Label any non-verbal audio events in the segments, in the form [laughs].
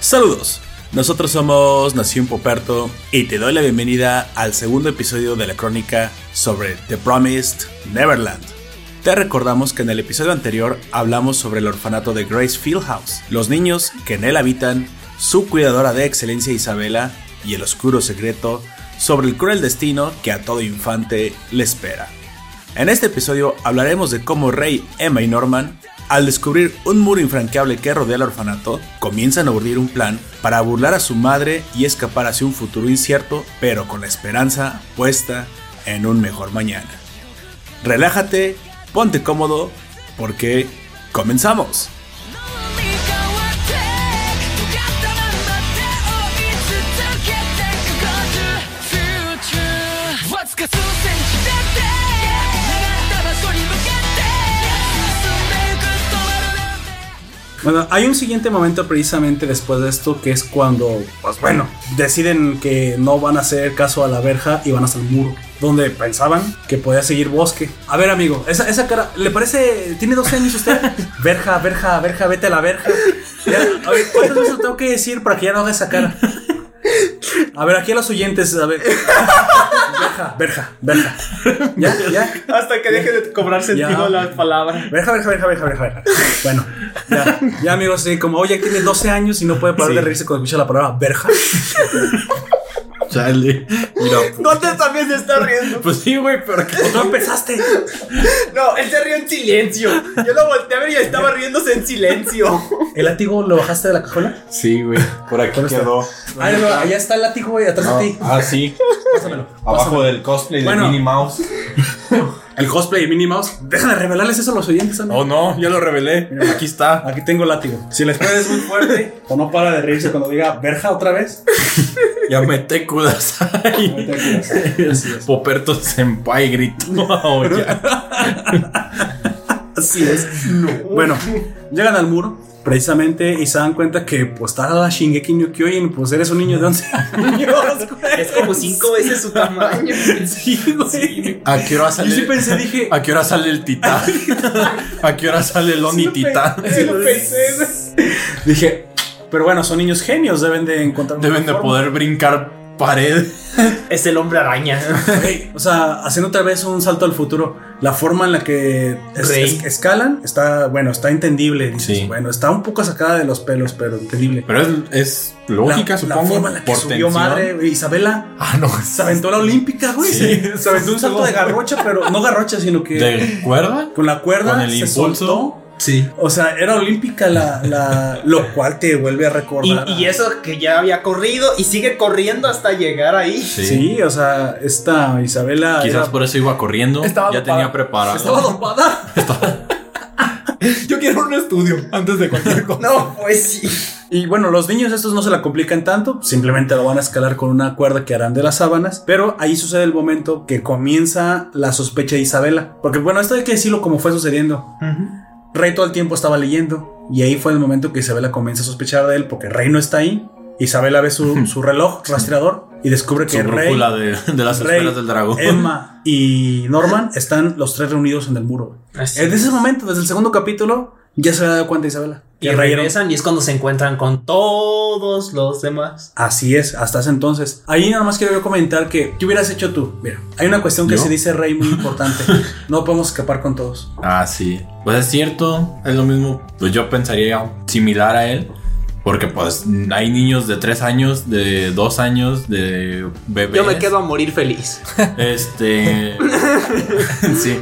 Saludos, nosotros somos Nación Poperto y te doy la bienvenida al segundo episodio de la crónica sobre The Promised Neverland. Te recordamos que en el episodio anterior hablamos sobre el orfanato de Grace Fieldhouse, los niños que en él habitan, su cuidadora de excelencia Isabela y el oscuro secreto sobre el cruel destino que a todo infante le espera. En este episodio hablaremos de cómo Rey, Emma y Norman, al descubrir un muro infranqueable que rodea el orfanato, comienzan a urdir un plan para burlar a su madre y escapar hacia un futuro incierto, pero con la esperanza puesta en un mejor mañana. Relájate, ponte cómodo, porque comenzamos. Bueno, hay un siguiente momento precisamente después de esto que es cuando, pues bueno, deciden que no van a hacer caso a la verja y van hasta el muro, donde pensaban que podía seguir bosque. A ver, amigo, esa, esa cara, ¿le parece? ¿Tiene 12 años [laughs] usted? Verja, verja, verja, vete a la verja. Ya, a ver, ¿cuántas veces lo tengo que decir para que ya no haga esa cara? A ver, aquí a los oyentes, a [laughs] ver. Verja, verja, verja. Ya, ya. Hasta que deje de cobrar sentido Ya. la palabra. Verja, verja, verja, verja, verja, verja. Bueno, ya, ya amigos, sí, como oye, tiene 12 años y no puede parar de reírse cuando escucha la palabra verja. Chale. Mira, Gotes también se está riendo. pues sí, güey, pero que- ¿O no empezaste? No, él se rió en silencio. Yo lo volteé a ver y estaba riéndose en silencio. ¿El látigo lo bajaste de la cajola? Sí, güey. Por aquí quedó. Ah, no, allá está el látigo, güey, atrás de ti. Ah, sí. Pásamelo. Abajo del cosplay Bueno. de Minnie Mouse. El cosplay de Minnie Mouse. Deja de revelarles eso a los oyentes, Oh, amigo. no, ya lo revelé. Aquí está. Aquí tengo el látigo. Si les puedes muy fuerte o no para de reírse cuando diga verja otra vez, Ya me te cudas. no te acuerdas. Así es. Poperto Senpai gritó. Oh, ya. Así es. Bueno, llegan al muro precisamente y se dan cuenta que pues está la Shingeki no Kyojin, pues eres un niño de 11 años. güey. [laughs] Es como cinco veces su tamaño. Sí, güey. ¿A qué hora Yo sí sale? pensé, dije, ¿A qué hora sale el [laughs] titán? ¿A qué hora sale el Oni Titán? Sí, lo pensé, güey. dije, pero bueno, son niños genios, deben de encontrar una Deben de forma. poder brincar pared. Es el hombre araña. Güey, O sea, haciendo otra vez un salto al futuro, la forma en la que es- Rey. es- escalan está, bueno, está entendible. dices, Sí. Bueno, está un poco sacada de los pelos, pero entendible. Pero es, es lógica, supongo. La forma en la que por subió tensión. madre, güey, Isabela. Ah, [laughs] no. Se aventó la olímpica, güey. Sí. [laughs] Se aventó un salto de garrocha, pero no garrocha, sino que ¿De cuerda? con la cuerda Con el se impulso. soltó. Sí. O sea, era olímpica la, la- lo cual te vuelve a Y, recordar. y a- eso que ya había corrido y sigue corriendo hasta llegar ahí. [laughs] Sí. Sí, o sea, esta Isabela Quizás era- por eso iba corriendo. Estaba ya dopada. tenía preparado. estaba dopada. Yo quiero un estudio antes de [laughs] cualquier cosa. No, pues sí. Y bueno, los niños estos no se la complican tanto, simplemente lo van a escalar con una cuerda que harán de las sábanas, pero ahí sucede el momento que comienza la sospecha de Isabela, porque bueno, esto hay que decirlo como fue sucediendo. Rey todo el tiempo estaba leyendo y ahí fue el momento que Isabela comienza a sospechar de él porque Rey no está ahí. Isabela ve [laughs] su, su reloj rastreador y descubre Su que Rey, brújula de, de las Rey, esferas del dragón. [laughs] Emma y Norman están los tres reunidos en el muro. Desde ese momento, desde el segundo capítulo, ya se había dado cuenta Isabela. Y Que Rey era- regresan y es cuando se encuentran con todos los demás. Así es, hasta ese entonces. Ahí nada más quiero yo comentar que, ¿qué hubieras hecho tú? Mira, hay una cuestión que ¿Yo? se dice Rey muy [laughs] importante. no podemos escapar con todos. Ah, sí. Pues es cierto. Es lo mismo. Pues yo pensaría similar a él. Porque pues hay niños de 3 años, de 2 años, de bebés. Yo me quedo a morir feliz. [laughs] Este. sí.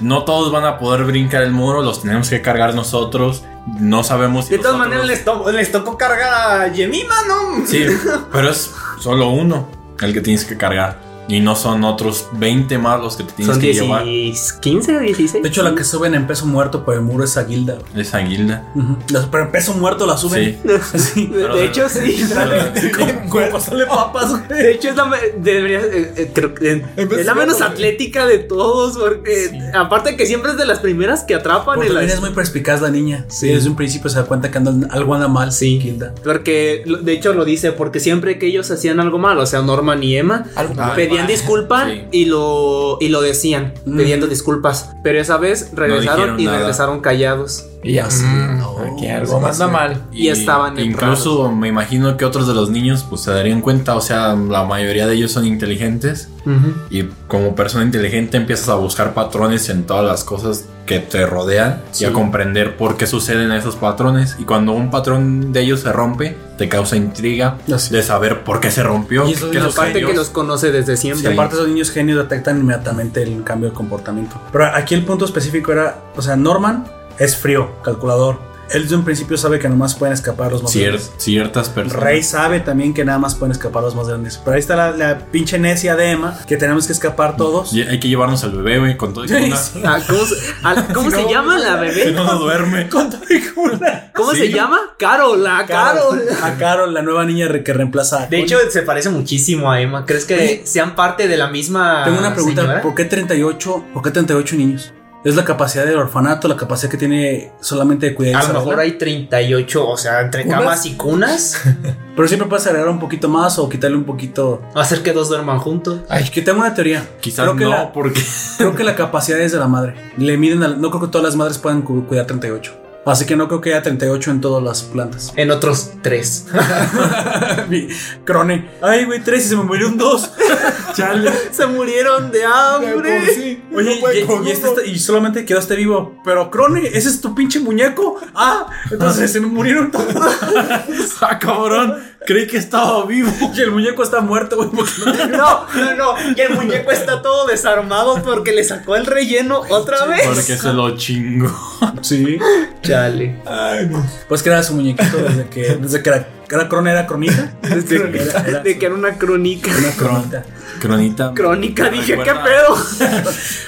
No todos van a poder brincar el muro, los tenemos que cargar nosotros. No sabemos si. De todas nosotros maneras, los- les, to- les tocó cargar a Yemima, ¿no? Sí, pero es solo uno el que tienes que cargar. Y no son otros 20 más los que te tienes Son que llevar. 16, 15 o 16. De hecho, la que suben en peso muerto por el muro es a Gilda. Esa guilda. Ujú. Las- Pero en peso muerto la suben. Sí. Así. De, de [laughs] hecho, sí. Como, como pasarle papas, güey. De hecho, es la, me- debería- eh, eh, creo que- eh, es la menos atlética de todos. Porque, aparte, que siempre es de las primeras que atrapan. Porque en también las- es muy perspicaz la niña. Sí. Sí. Desde un principio se da cuenta que anda- algo anda mal. Sí. Gilda. Porque, lo- de hecho, lo dice, porque siempre que ellos hacían algo malo, o sea, Norman y Emma, Ah, Algo malo. pedían disculpa sí. y lo y lo decían Mm. pidiendo disculpas, pero esa vez regresaron dijeron y nada. regresaron callados. Y así, Mm, no, aquí no algo sé. manda mal. Y estaban Incluso me imagino que otros de los niños pues se darían cuenta, o sea, la mayoría de ellos son inteligentes y como persona inteligente empiezas a buscar patrones en todas las cosas que te rodean Sí. y a comprender por qué suceden esos patrones y cuando un patrón de ellos se rompe te causa intriga Así. de saber por qué se rompió. Y eso es qué una sucedió. Aparte que los conoce desde Y siempre. aparte esos niños genios detectan inmediatamente el cambio de comportamiento. Pero aquí el punto específico era, o sea, Norman es frío, calculador. Él desde un principio sabe que nomás pueden escapar los más Cier- grandes. ciertas personas. Rey sabe también que nada más pueden escapar los más grandes. Pero ahí está la, la pinche necia de Emma, que tenemos que escapar todos. Y Hay que llevarnos al bebé, güey, con [laughs] todo y una- Sí. Ah, ¿Cómo, se- a- ¿cómo se llama la Si bebé? no, no [laughs] duerme. Con todo y cuna. ¿Cómo se Sí. llama? Carol, la Carol. A Carol, la nueva niña re- que reemplaza a De Connie. hecho, se parece muchísimo a Emma. ¿Crees que sean parte de la misma tengo una pregunta, Ah, señora? ¿por qué 38? ¿Por qué 38 niños? ¿Es la capacidad del orfanato, la capacidad que tiene solamente de cuidar A esa lo mejor bola? hay 38, o sea, entre ¿Cunas? camas y cunas. Pero siempre puedes agregar un poquito más o quitarle un poquito. Va a ser que dos duerman juntos. Ay, que tengo una teoría. Quizás creo que no, La, [laughs] porque creo que la capacidad es de la madre. Le miden al- No creo que todas las madres puedan cu- cuidar 38. Así que no creo que haya 38 en todas las plantas. [laughs] En otros tres. Mi Crone. Ay, güey, tres y se me murió un dos. [laughs] Chale. [laughs] Se murieron de hambre. Oye, y, y este está- y solamente quedaste vivo. Pero Crone, ese es tu pinche muñeco. Ah, entonces se me murieron todos. [laughs] Ah, cabrón, creí que estaba vivo. [laughs] Y el muñeco está muerto, güey. porque no- [laughs] No, no, no. Y el muñeco está todo desarmado porque le sacó el relleno otra vez. Porque se lo chingo. Sí. Chale. Pues que era su muñequito desde que, desde que era, era Crone, era cronita. Desde que era, era De que era una crónica. una cronita. Cronita. Crónica, Me dije, ¿qué recuerda- pedo?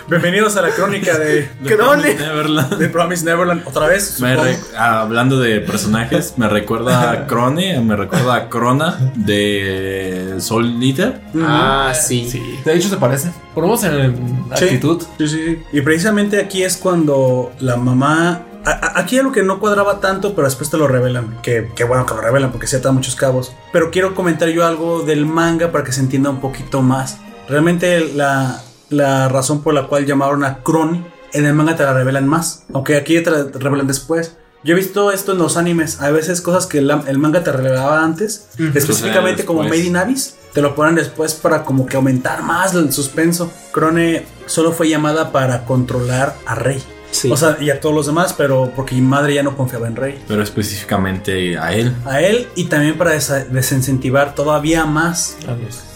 Bienvenidos a la crónica de, de crone. Neverland. de Promise Neverland. Otra vez. Me supongo. re- hablando de personajes, me recuerda a Crone, me recuerda a Crona de Soul Eater. Ah, sí. De hecho, se parece. Por lo menos en Sí. actitud. Sí, sí, sí. Y precisamente aquí es cuando la mamá. a- a- Aquí es lo que no cuadraba tanto, pero después te lo revelan. Que, que bueno que lo revelan porque se atan muchos cabos. Pero quiero comentar yo algo del manga para que se entienda un poquito más. Realmente la, la razón por la cual llamaron a Crony en el manga te la revelan más. Aunque aquí te la revelan después. Yo he visto esto en los animes. A veces cosas que la- el manga te revelaba antes, específicamente como después. Made in Abyss, te lo ponen después para como que aumentar más el suspenso. Crone solo fue llamada para controlar a Rey. Sí. O sea, y a todos los demás, pero porque mi madre ya no confiaba en Rey. Pero específicamente a él. A él y también para desa- desincentivar todavía más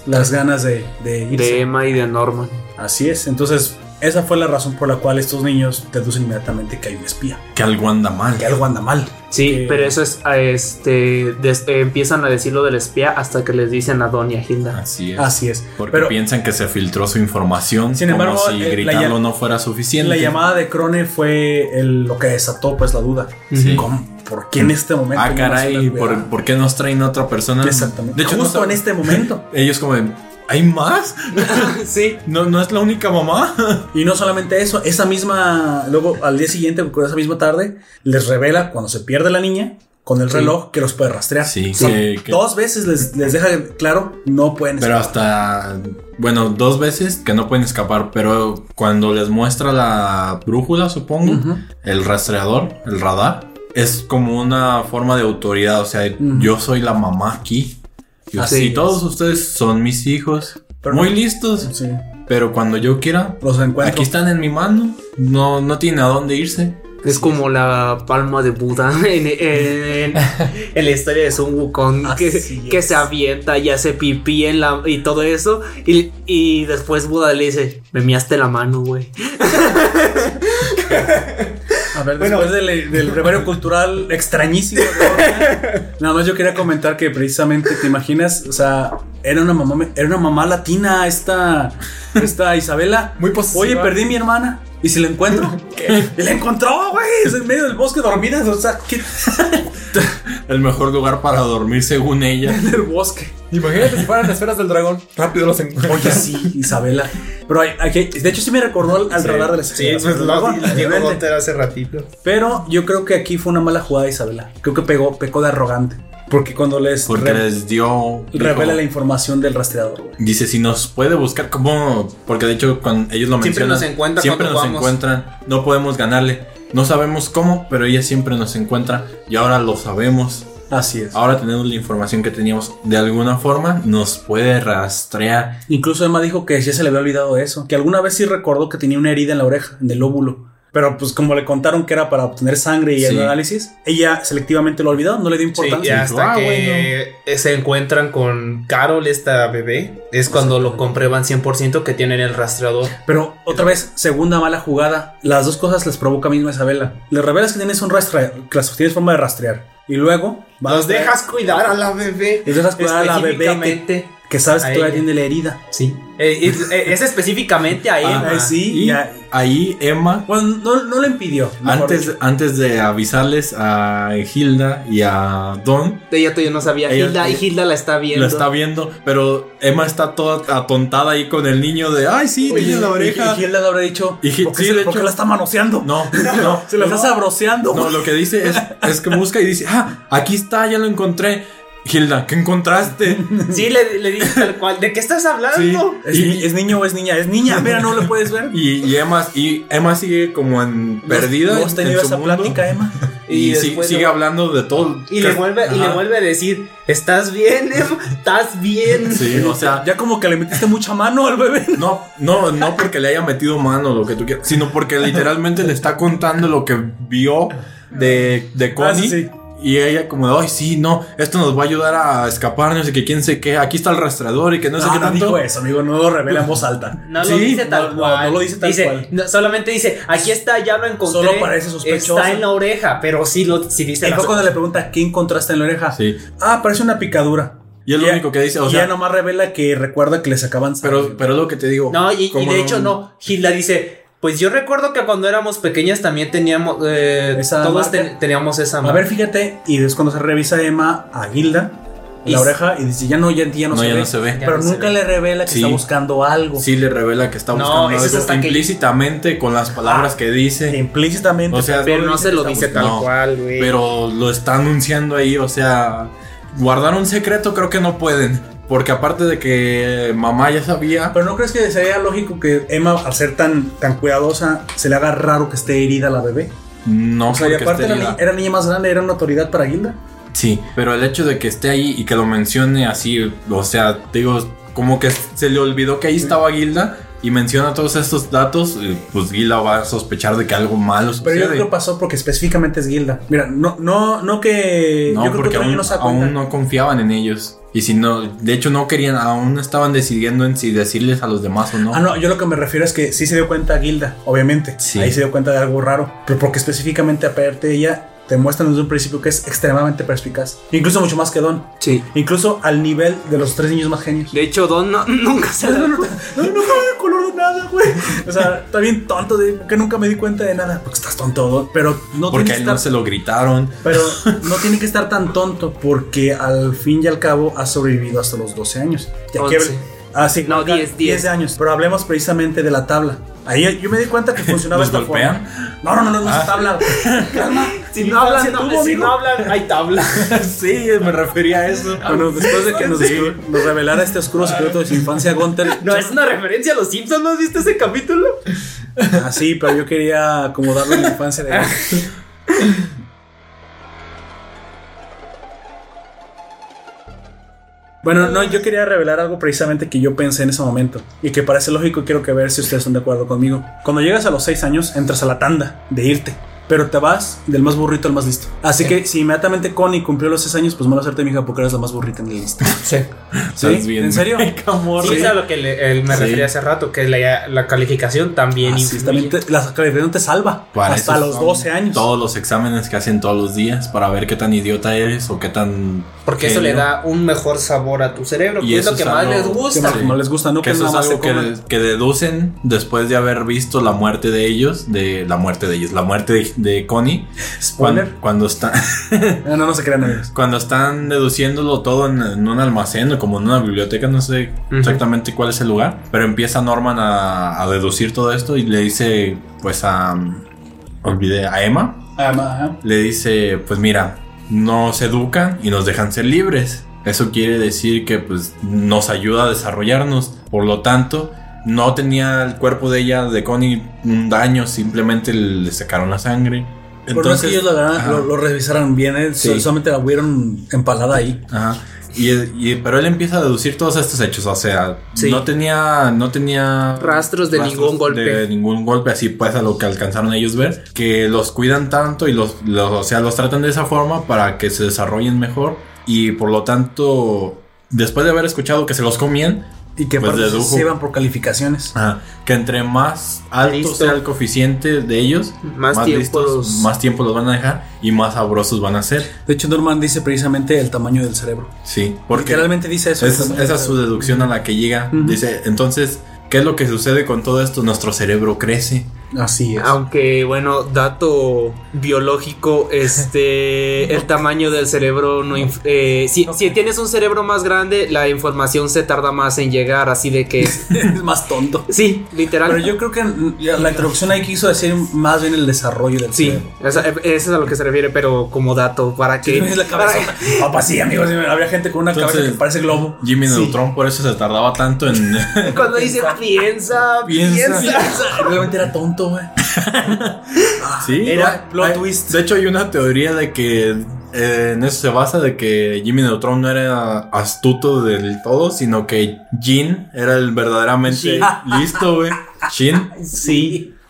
las ganas de, de irse. de Emma y de Norman. Así es. Entonces, esa fue la razón por la cual estos niños deducen inmediatamente que hay un espía, Que algo anda mal. que algo anda mal. Sí, Que- pero eso es, ah, este, des- eh, empiezan a decir lo del espía hasta que les dicen a Doña Hilda. Así es. Así es. Porque pero- piensan que se filtró su información. Sin embargo, como si eh, la gritarlo llam- no fuera suficiente. La llamada de Crone fue el- lo que desató pues la duda. Sí. ¿Cómo? ¿Por qué en este momento? Ah, no caray, nos ¿por, cuidaron? por qué nos traen a otra persona? Exactamente. De hecho, Justo no sab- en este momento. [laughs] ellos como de, ¿hay más? [laughs] [laughs] Sí. ¿No, no es la única mamá? Y no solamente eso, esa misma, luego al día siguiente, porque esa misma tarde, les revela cuando se pierde la niña con el reloj que los puede rastrear. Sí, O sea, que- que- dos veces les, les deja claro, no pueden Pero escapar. hasta, bueno, dos veces que no pueden escapar, pero cuando les muestra la brújula, supongo, Ujú. el rastreador, el radar, es como una forma de autoridad, o sea, yo soy la mamá aquí. Y Así si es. todos ustedes son mis hijos, Pero muy no- listos, Sí, pero cuando yo quiera, los encuentro. aquí están en mi mano, no, no tienen a dónde irse. Es como la palma de Buda [laughs] en, en- en- en la historia de Sun Wukong que, Así que es. se avienta y hace pipí en la, y todo eso. Y, y después Buda le dice, me miaste la mano, güey. A ver, después del, del brevario cultural extrañísimo. ¿no? Nada más yo quería comentar que precisamente, ¿te imaginas? O sea, era una mamá, era una mamá latina esta, esta Isabela. Muy posesiva. Oye, perdí a mi hermana. ¿Y si la encuentro? [laughs] Y la encontró, güey. Es en medio del bosque dormida. O sea, ¿qué El mejor lugar para dormir según ella. [laughs] en el bosque? Imagínate si fueran esferas del dragón. Rápido los encuentro. Oye, sí, Isabela. Pero hay- hay- de hecho sí me recordó al, al radar de las Sí, pues del lo dragón, lo dijo obviamente. Gonter hace ratito. Pero yo creo que aquí fue una mala jugada de Isabela. Creo que pegó, pecó de arrogante. Porque cuando les, Porque re- les dio. revela dijo, la información del rastreador, güey. Dice, si nos puede buscar, ¿cómo? Porque de hecho, cuando ellos lo Siempre mencionan. nos encuentra Siempre cuando nos vamos. encuentran. No podemos ganarle. No sabemos cómo, pero ella siempre nos encuentra. Y ahora lo sabemos. Así es. Ahora tenemos la información que teníamos. De alguna forma, nos puede rastrear. Incluso Emma dijo que ya se le había olvidado eso, que alguna vez sí recordó que tenía una herida en la oreja, en el lóbulo. Pero pues como le contaron que era para obtener sangre y el Sí. análisis, ella selectivamente lo olvidó, no le dio Sí, importancia. y hasta Ah, que se encuentran con Carol, esta bebé, es cuando lo comprueban 100% que tienen el rastreador. Pero otra vez, segunda mala jugada. Las dos cosas les provoca misma Isabela. Le revelas que tienes un rastre, que las tienes forma de rastrear. Y luego vas Los a traer- dejas cuidar a la bebé. Les dejas cuidar a la bebé que- Específicamente, que sabes a que todavía ella. tiene la herida. Sí. Eh, es, eh, es específicamente a Ah, Emma. Ay, sí. Y ya- ahí Emma, Bueno, no, no le impidió. mejor antes, dicho. antes de avisarles a Hilda y a Don, Ella todavía no sabía. Ella- Hilda, y Hilda la está viendo. la está viendo, pero Emma está toda atontada ahí con el niño de, ay, sí, Oye, tiene la oreja. Y, y Hilda le habrá dicho. Y Gil- ¿por qué sí, se- de por qué hecho. la está manoseando? [laughs] No, no, Se la no, está sabroseando. no, lo que dice es, es que busca y dice, ah, aquí está, ya lo encontré. Hilda, ¿qué encontraste? Sí, le, le dije tal cual. ¿De qué estás hablando? Sí. ¿Es, ni- es niño o es niña? Es niña. Mira, no lo puedes [laughs] ver. Y, y Emma, y Emma sigue como en perdida. ¿No en- has en tenido su esa mundo. plática, Emma? Y, Y sí- después sigue le- hablando de todo. Y le, Casi- vuelve, y le Ajá. vuelve a decir, ¿estás bien, Emma? ¿Estás bien? [laughs] Sí, o sea, Ya como que le metiste mucha mano al bebé. No, no, no porque le haya metido mano lo que tú quieras, sino porque literalmente le está contando lo que vio de, de Connie. Ah, sí, sí. Y ella como de, ay, sí, no, esto nos va a ayudar a escapar, no sé qué, quién sé qué, aquí está el rastreador y que no Ah, sé No, qué no tanto. dijo eso, amigo. No lo revela en [laughs] voz alta. No Sí, lo dice no, tal no, cual. no lo dice tal cual. no, solamente dice, aquí está, ya lo encontré. Solo parece sospechoso. Está en la oreja, pero sí lo sí dice. Y la- fue cuando le pregunta qué encontraste en la oreja. Sí. Ah, parece una picadura. Y es lo Ya- único que dice, o y sea, ya nomás revela que recuerda que le sacaban sangre. pero, pero es lo que te digo. No, y, y como de hecho no. Hilda dice, pues yo recuerdo que cuando éramos pequeñas también teníamos, eh, Esa marca. todos ten- teníamos esa A marca. ver, fíjate, y es cuando se revisa Emma a Gilda en Y- la oreja y dice, ya no, ya, ya no, No, se, ya ve. no se ve. Pero Ya no se nunca ve. le revela que Sí. está buscando algo. Sí le revela que está No, buscando eso es algo hasta que- implícitamente con las palabras que dice. Implícitamente. O sea, pero no se lo dice tal No. cual, güey. pero lo está anunciando ahí, o sea, guardar un secreto creo que no pueden, porque aparte de que mamá ya sabía, pero no crees que sería lógico que Emma, al ser tan, tan cuidadosa, se le haga raro que esté herida la bebé. no O sea, y porque aparte esté era, ni- herida. era niña más grande, era una autoridad para Gilda. Sí, pero el hecho de que esté ahí y que lo mencione así, o sea, digo, como que se le olvidó que ahí estaba Gilda y menciona todos estos datos, eh, pues Gilda va a sospechar de que algo Pero yo malo sucede. creo que pasó porque específicamente es Gilda. Mira, no, no, no que. no, Eh, yo creo que porque otro niño aún, no se da aún cuenta. no confiaban en ellos. Y si no, de hecho no querían, aún estaban decidiendo en si decirles a los demás o no. Ah, no, yo lo que me refiero es que sí se dio cuenta Gilda, obviamente. Sí. Ahí se dio cuenta de algo raro. Pero porque específicamente aparte de ella, te muestran desde un principio que es extremadamente perspicaz. Incluso mucho más que Don. Sí. Incluso al nivel de los tres niños más genios. De hecho, [laughs] Don no- nunca se da cuenta. No, no cambia el color de nada, güey. O sea, está bien tonto de que nunca me di cuenta de nada. Porque estás tonto, Don. Pero no tiene porque que a él estar no se lo [laughs] gritaron. Pero no tiene que estar tan tonto porque al fin y al cabo ha sobrevivido hasta los 12 años. Ya que- Once. ah, sí, No, acá, 10, 10 años. Pero hablemos precisamente de la tabla. Ahí yo me di cuenta [laughs] que funcionaba ¿Nos esta golpean? forma. No, no, no, no, no es [laughs] tabla. Calma. si no hablan, no- tuvo, si amigo. no hablan, hay tabla. [laughs] sí, me refería a eso. Bueno, Ah, después de que nos, descu- nos revelara este oscuro secreto de su infancia, Gunter. No, es una referencia a los Simpsons, ¿no has visto ese capítulo? Ah, sí, pero yo quería acomodarlo en la infancia de Bueno, no, yo quería revelar algo precisamente que yo pensé en ese momento y que parece lógico y quiero que ver si ustedes están de acuerdo conmigo. Cuando llegas a los 6 años, entras a la tanda de irte, pero te vas del más burrito al más listo. Así que si inmediatamente Connie cumplió los 6 años, pues mala suerte, mija, porque eres la más burrita en el [laughs] lista. Sí. ¿Sí? Estás bien. ¿En [laughs] serio? Sí, Sí. es a lo que le- él me Sí. refería hace rato, que la, la calificación también Así es, influye. Ah, también te- la calificación te salva Para hasta eso los son 12 años. Todos los exámenes que hacen todos los días para ver qué tan idiota eres o qué tan. Porque eso le genio. da un mejor sabor a tu cerebro, Y que es eso lo que es más algo les que gusta. no- no les gusta, no que que, eso nada más es se algo que, coman. que deducen después de haber visto la muerte de ellos, de la muerte de ellos, la muerte de, de Connie. Spoiler. Cuando, cuando, está- Ah, no, no se crean amigos. cuando están deduciéndolo todo en, en un almacén o como en una biblioteca, no sé Ujú. exactamente cuál es el lugar, pero empieza Norman a, a deducir todo esto y le dice, pues a. Olvidé, a Emma. Ah, ma, ajá. le dice, pues mira, nos educan y nos dejan ser libres. Eso quiere decir que pues nos ayuda a desarrollarnos. Por lo tanto, no tenía el cuerpo de ella, de Connie, un daño, simplemente le sacaron la sangre. Pero no es que ellos lo, agarraran- ajá. lo- lo revisaran bien, eh, Sí. solamente la hubieron empalada ahí. Ajá. Y, y- pero él empieza a deducir todos estos hechos, o sea, Sí. no tenía no tenía Rastros de ningún golpe. de ningún golpe así pues a lo que alcanzaron ellos ver, que los cuidan tanto y los, los- o sea, los tratan de esa forma para que se desarrollen mejor y por lo tanto después de haber escuchado que se los comían, Y que Pues aparte dedujo. se iban por calificaciones. ajá, que entre más alto Listo. sea el coeficiente de ellos, Más tiempo los- más tiempo los van a dejar y más sabrosos van a ser. De hecho, Norman dice precisamente el tamaño del cerebro. Sí, porque Literalmente dice eso. el Esa, tamaño esa del es su cerebro. deducción a la que llega. Dice, entonces, ¿qué es lo que sucede con todo esto? Nuestro cerebro crece. Así es. Aunque, bueno, dato biológico, este, el tamaño del cerebro no... inf- eh, si, si tienes un cerebro más grande, la información se tarda más en llegar, así de [laughs] que... es más tonto. Sí, literal. Pero yo creo que la introducción ahí quiso decir más bien el desarrollo del Sí, cerebro. esa- eso es a lo que se refiere, pero como dato, para que... Sí, la para- cabezota. Papá, sí, amigos, había gente con una cabeza Entonces- que parece [laughs] globo. [laughs] Jimmy Neutron por eso se tardaba tanto en... [laughs] [laughs] cuando dice piensa, Piensa. piensa. Realmente era tonto, güey. sí, Era hay- plot hay- twist. De hecho, hay una teoría de que eh, en eso se basa de que Jimmy Neutron no era astuto del todo, sino que Jin era el verdaderamente listo, güey. Jin. Sí. [laughs]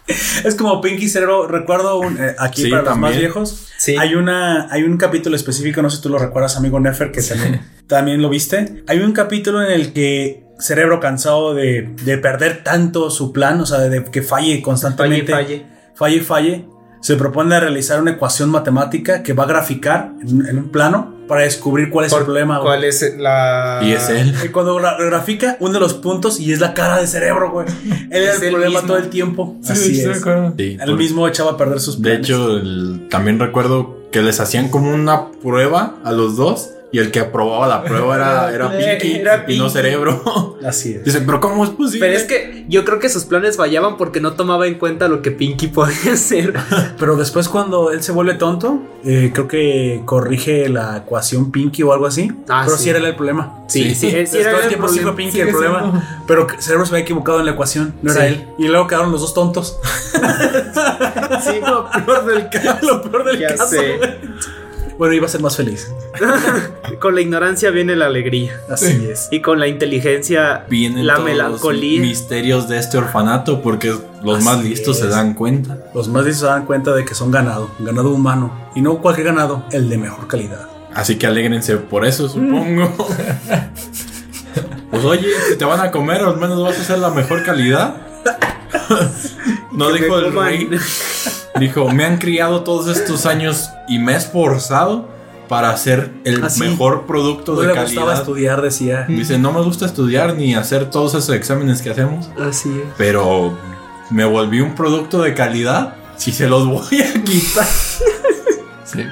Es como Pinky Cerebro. Recuerdo un, eh, aquí Sí, para los más también. viejos. Sí. Hay, una, hay un capítulo específico, no sé si tú lo recuerdas, amigo Nefer, que también, también lo viste. Hay un capítulo en el que Cerebro cansado de, de perder tanto su plan, o sea, de, de que falle constantemente. falle. Falle y falle. Se propone realizar una ecuación matemática que va a graficar en, un- en un plano para descubrir cuál es el Ah, problema. güey. ¿Cuál es la. Y es él. Y cuando gra- grafica, uno de los puntos y es la cara de cerebro, [laughs] güey. Él era Es el el problema mismo. todo el tiempo. Así sí, me es. acuerdo. Sí, El por- mismo echaba a perder sus De planes. hecho, el- también recuerdo que les hacían como una prueba a los dos y el que aprobaba la prueba era, era Pinky Era y no Pinky. cerebro. [laughs] así es. Dice, pero ¿cómo es posible? Pero es que yo creo que sus planes fallaban porque no tomaba en cuenta lo que Pinky podía hacer. Pero después cuando él se vuelve tonto, eh, creo que corrige la ecuación Pinky o algo así. Ah, pero sí. sí. era él el problema. Sí, sí, él sí Entonces, era todo el el tiempo sí fue problema. Pinky Sigue el problema. Pero que Cerebro se había equivocado en la ecuación, no era Sí. él. Y luego quedaron los dos tontos. [laughs] Sí, lo peor del caso. Lo peor [laughs] del Ya caso. sé. güey. Bueno, iba a ser más feliz. Con la ignorancia viene la alegría. Así es. Y con la inteligencia, Vienen la todos los melancolía. misterios de este orfanato porque los Así más listos se es. dan cuenta. Los más listos se dan cuenta de que son ganado, ganado humano. Y no cualquier ganado, el de mejor calidad. Así que alégrense por [laughs] eso, supongo. pues oye, si te van a comer, al menos vas a hacer la mejor [laughs] calidad. No Que me dijo el coman. rey. [laughs] Dijo, me han criado todos estos años y me he esforzado para hacer el Ah, sí. mejor producto No de le gustaba calidad. estudiar, decía. Dice, no me gusta estudiar ni hacer todos esos exámenes que hacemos, Así es. pero me volví un producto de calidad si se los voy a quitar. Sí.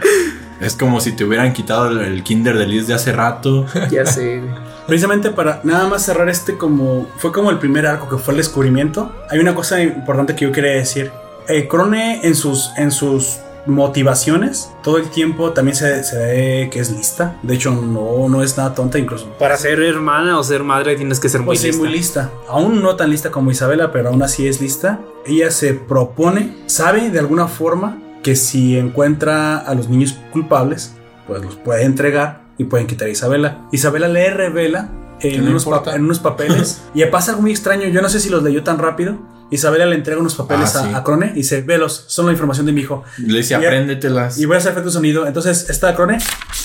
Es como si te hubieran quitado el, el Kinder de Liz de hace rato. Ya sé. Precisamente para nada más cerrar este como fue como el primer arco que fue el descubrimiento. Hay una cosa importante que yo quería decir. Eh, Crone en sus en sus motivaciones todo el tiempo también se, se ve que es lista. De hecho no no es nada tonta incluso. Para ser hermana o ser madre tienes que ser muy Pues sí, lista. muy lista. Aún no tan lista como Isabela, pero aún así es lista. Ella se propone, sabe de alguna forma que si encuentra a los niños culpables, pues los puede entregar y pueden quitar a Isabela. Isabela le revela en, no unos, pa- importa. en unos [laughs] papeles y pasa algo muy extraño. Yo no sé si los leyó tan rápido. Isabela le entrega unos papeles Ah, a- sí. a Crone y dice: Velos, son la información de mi hijo. Le dice, Y- apréndetelas. Y voy a hacer efecto de sonido. Entonces, esta Crone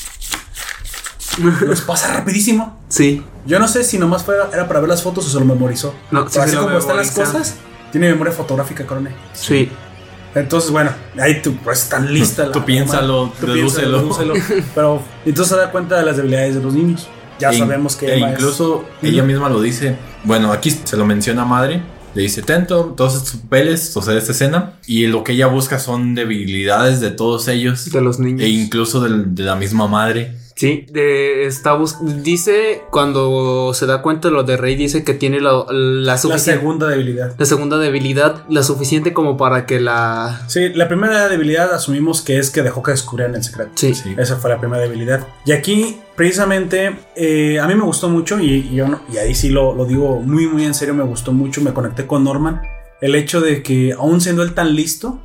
[laughs] los pasa rapidísimo. Sí. Yo no sé si nomás fue, era para ver las fotos o se lo memorizó. No, Pero sí se así lo como están las memoriza. cosas, tiene memoria fotográfica, Corone. Sí. Entonces, bueno, ahí tú pues tan lista. la- Tú piénsalo, Tú piénsalo, dedúcelo. dedúcelo. Pero entonces se da cuenta de las debilidades de los niños. Ya E in- sabemos que e Emma es- incluso ella misma lo dice. Bueno, aquí se lo menciona a madre. Le dice, Tento, todos estos papeles, o sea, esta escena. Y lo que ella busca son debilidades de todos ellos. De los niños. E incluso del- de, la misma madre. Sí, de- está bus- dice cuando se da cuenta de lo de Rey, dice que tiene la, la La suficiente. segunda debilidad. La segunda debilidad, la suficiente como para que la. Sí, la primera debilidad asumimos que es que dejó que descubrieran el secreto. Sí. Sí. Esa fue la primera debilidad. Y aquí, precisamente, eh, a mí me gustó mucho y, y yo no- y ahí sí lo, lo digo muy, muy en serio, me gustó mucho, me conecté con Norman. El hecho de que, aún siendo él tan listo,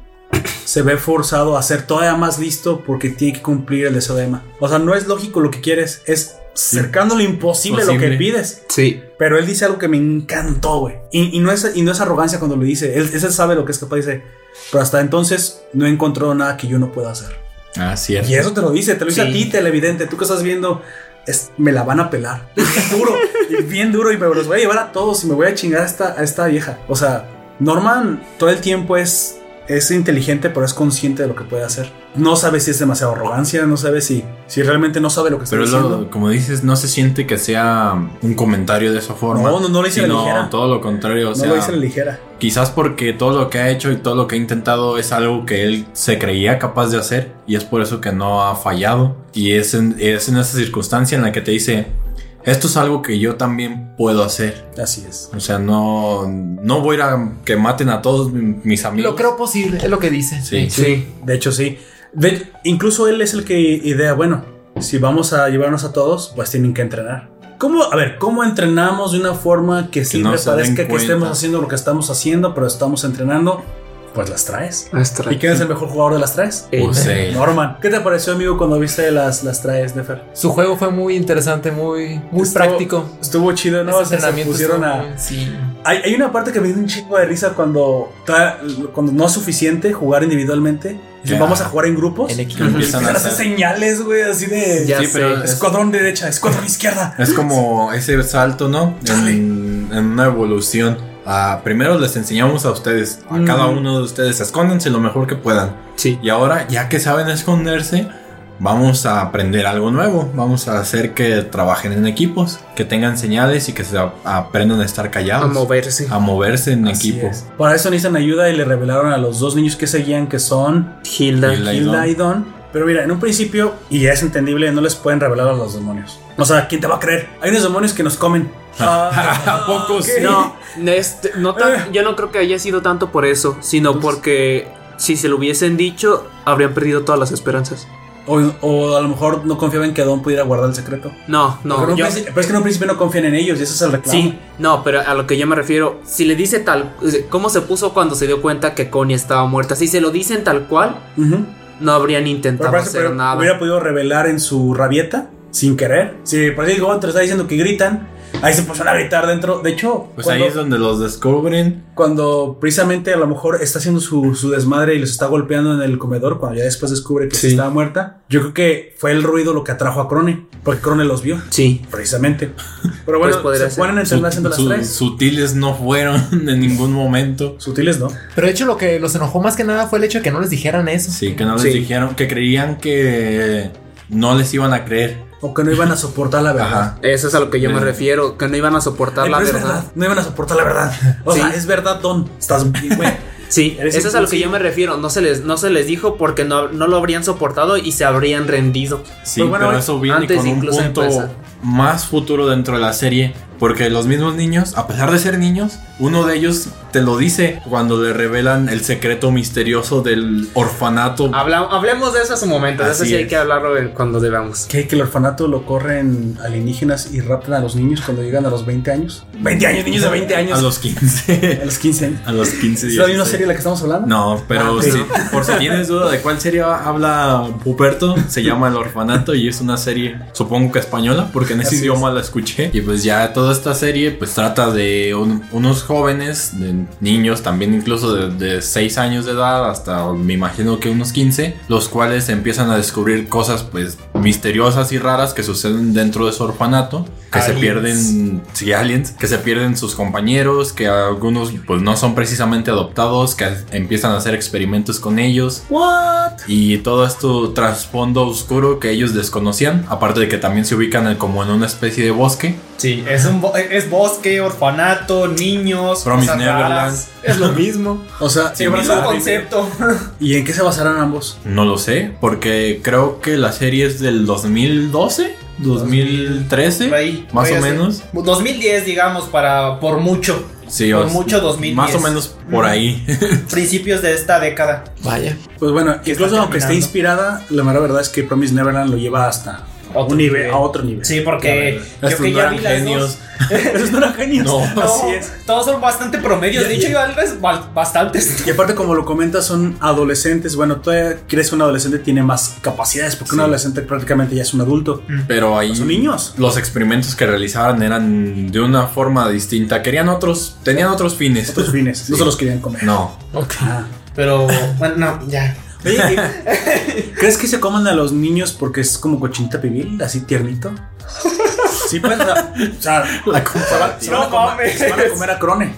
se ve forzado a ser todavía más listo porque tiene que cumplir el deseo de Emma. O sea, no es lógico lo que quieres, es cercando lo imposible lo que Posible. pides. Sí. Pero él dice algo que me encantó, güey. Y, y no, es, y no es arrogancia cuando lo dice. Él, él sabe lo que es capaz. Dice, pero hasta entonces no he encontrado nada que yo no pueda hacer. Ah, cierto. Y eso te lo dice, te lo dice Sí. a ti, televidente. Tú que estás viendo, es, me la van a pelar. [laughs] duro, y bien duro. Y me los voy a llevar a todos y me voy a chingar a esta, a esta vieja. O sea, Norman todo el tiempo es, es inteligente, pero es consciente de lo que puede hacer. No sabe si es demasiado arrogancia, no sabe si, si realmente no sabe lo que está Pero es lo- haciendo. como dices, no se siente que sea un comentario de esa forma. No, no, no lo hice a la sino ligera. todo lo contrario. O No sea, lo dice a la ligera. Quizás porque todo lo que ha hecho y todo lo que ha intentado es algo que él se creía capaz de hacer y es por eso que no ha fallado. Y es en, es en esa circunstancia en la que te dice, esto es algo que yo también puedo hacer. Así es. O sea, no, no voy a ir a que maten a todos mi- mis amigos. Lo creo posible, es lo que dice. Sí. Sí. De hecho, sí. De- incluso él es el que idea, bueno, si vamos a llevarnos a todos, pues tienen que entrenar. ¿Cómo, a ver, cómo entrenamos de una forma que siempre no se den parezca que cuenta. estemos haciendo lo que estamos haciendo, pero estamos entrenando? Pues las traes. Astra. ¿Y quién es el mejor jugador de las traes? Eh, O [laughs] sea, Norman. ¿Qué te pareció, amigo, cuando viste las, las traes, Nefer? Su juego fue muy interesante, muy, muy Estuvo- práctico. Estuvo chido, ¿no? Ese O sea, se entrenamiento pusieron estuvo a, muy- Sí. Hay, hay una parte que me dio un chingo de risa cuando, ta- cuando no es suficiente jugar individualmente. Dicen, Ya. Vamos a jugar en grupos. En equipo. Ujú. Empiezan a hacer señales, güey, así de Ya Sí, sé. pero es- escuadrón derecha, escuadrón izquierda. Es como ese salto, ¿no? Chale. En, en una evolución. Ah, primero les enseñamos a ustedes, a Mm. cada uno de ustedes, escóndense lo mejor que puedan. Sí. Y ahora, ya que saben esconderse, vamos a aprender algo nuevo. Vamos a hacer que trabajen en equipos, que tengan señales y que se a- aprendan a estar A callados. moverse. A moverse [laughs] en equipo. Así es. Para eso necesitan ayuda y le revelaron a los dos niños que seguían que son Hilda. Hilda. y Hilda Don. y Don. Pero mira, en un principio, y es entendible, no les pueden revelar a los demonios. O sea, ¿quién te va a creer? Hay unos demonios que nos comen. Ah, [laughs] ¿A poco sí? ok. No, este, no Eh. tan- yo no creo que haya sido tanto por eso, sino porque si se lo hubiesen dicho, habrían perdido todas las esperanzas. O, o a lo mejor no confiaban que Don pudiera guardar el secreto. No, no, pero, en un yo- principio- pero es que en un principio no confían en ellos y ese es el reclamo. Sí, no, pero a lo que yo me refiero, si le dice tal, eh, ¿cómo se puso cuando se dio cuenta que Connie estaba muerta? Si se lo dicen tal cual, Ujú. no habrían Pero intentado parece hacer que nada. hubiera podido revelar en su rabieta sin querer. Si por ahí otro está diciendo que gritan, ahí se pusieron a gritar dentro. De hecho, Pues cuando, ahí es donde los descubren. cuando precisamente a lo mejor está haciendo su, su desmadre y los está golpeando en el comedor, cuando ya después descubre que sí estaba muerta, yo creo que fue el ruido lo que atrajo a Crone, porque Crone los vio. Sí, Precisamente. Pero Pues bueno, podría se ser. ponen a Su- entrenar haciendo las su- tres. sutiles no fueron [laughs] en ningún momento. Sutiles, ¿no? Pero de hecho lo que los enojó más que nada fue el hecho de que no les dijeran eso. Sí, que no les Sí. dijeron, que creían que no les iban a creer. O que no iban a soportar la verdad. Ajá. eso es a lo que yo me Sí. refiero, que no iban a soportar Eh, la pero es verdad. No iban a soportar la verdad. O Sí. sea, es verdad, Don. Estás bien, güey. Sí, Eres eso es a lo que impulsivo. yo me refiero, no se les, no se les dijo porque no, no lo habrían soportado y se habrían rendido. Sí, Pues bueno, pero eso viene antes con un incluso de punto empezar. más futuro dentro de la serie. Porque los mismos niños, a pesar de ser niños, uno de ellos te lo dice cuando le revelan el secreto misterioso del orfanato. Habla- hablemos de eso en su momento. de eso Así sí hay es. que hablarlo en- cuando debamos. ¿Qué? ¿Que el orfanato lo corren alienígenas y raptan a los niños cuando llegan a los 20 años? 20 años, niños de 20 años. A los 15. A los 15 años. a los 15. ¿Es la misma 16. serie de la que estamos hablando? No, pero Ah, sí, sí. por si tienes duda de cuál serie habla Puperto, se llama El Orfanato y es una serie, supongo que española, porque en ese Así es. idioma la escuché. Y pues ya toda esta serie pues trata de un- unos jóvenes, de niños también incluso de, de 6 años de edad hasta me imagino que unos 15, los cuales empiezan a descubrir cosas pues misteriosas y raras que suceden dentro de su orfanato. que Aliens. se pierden, sí, aliens, que se pierden sus compañeros, que algunos pues no son precisamente adoptados, que empiezan a hacer experimentos con ellos. Y todo esto trasfondo oscuro que ellos desconocían, aparte de que también se ubican en- como en una especie de bosque. Sí, es, un bo- es bosque, orfanato, niños. Promise cosas Neverland. raras. Es lo [laughs] mismo. O sea, Sí, es un concepto. ¿Y en qué se basarán ambos? No lo sé, porque creo que la serie es del 2012, 2013, Por ahí, más voy o a hacer- menos. 2010, digamos, para por mucho. Sí, Por o- mucho 2010. Más o menos por ahí. Principios de esta década. Vaya. Pues bueno, incluso aunque terminando. esté inspirada, la mera verdad es que Promise Neverland lo lleva hasta Otro un nivel, nivel. a otro nivel. [laughs] Sí, porque yo Estos que no ya eran vi las genios. dos. Esos no eran genios. No. No, [laughs] Así es. Todos son bastante promedios. De hecho, yo algo es ba- bastantes. Y aparte, como lo comentas, son adolescentes. Bueno, todavía crees que un adolescente tiene más capacidades, porque un Sí. adolescente prácticamente ya es un adulto. [laughs] Pero ahí Son niños. los experimentos que realizaban eran de una forma distinta. Querían otros, tenían otros fines. Otros fines. No se los querían comer. No. Ah. Pero, bueno, no, ya. Oye, ¿y- [laughs] ¿crees que se coman a los niños porque es como cochinita pibil, así tiernito? Sí, pues, o sea, o sea, La se va- se van, a No comer, se van a [laughs] mames. comer a Crone,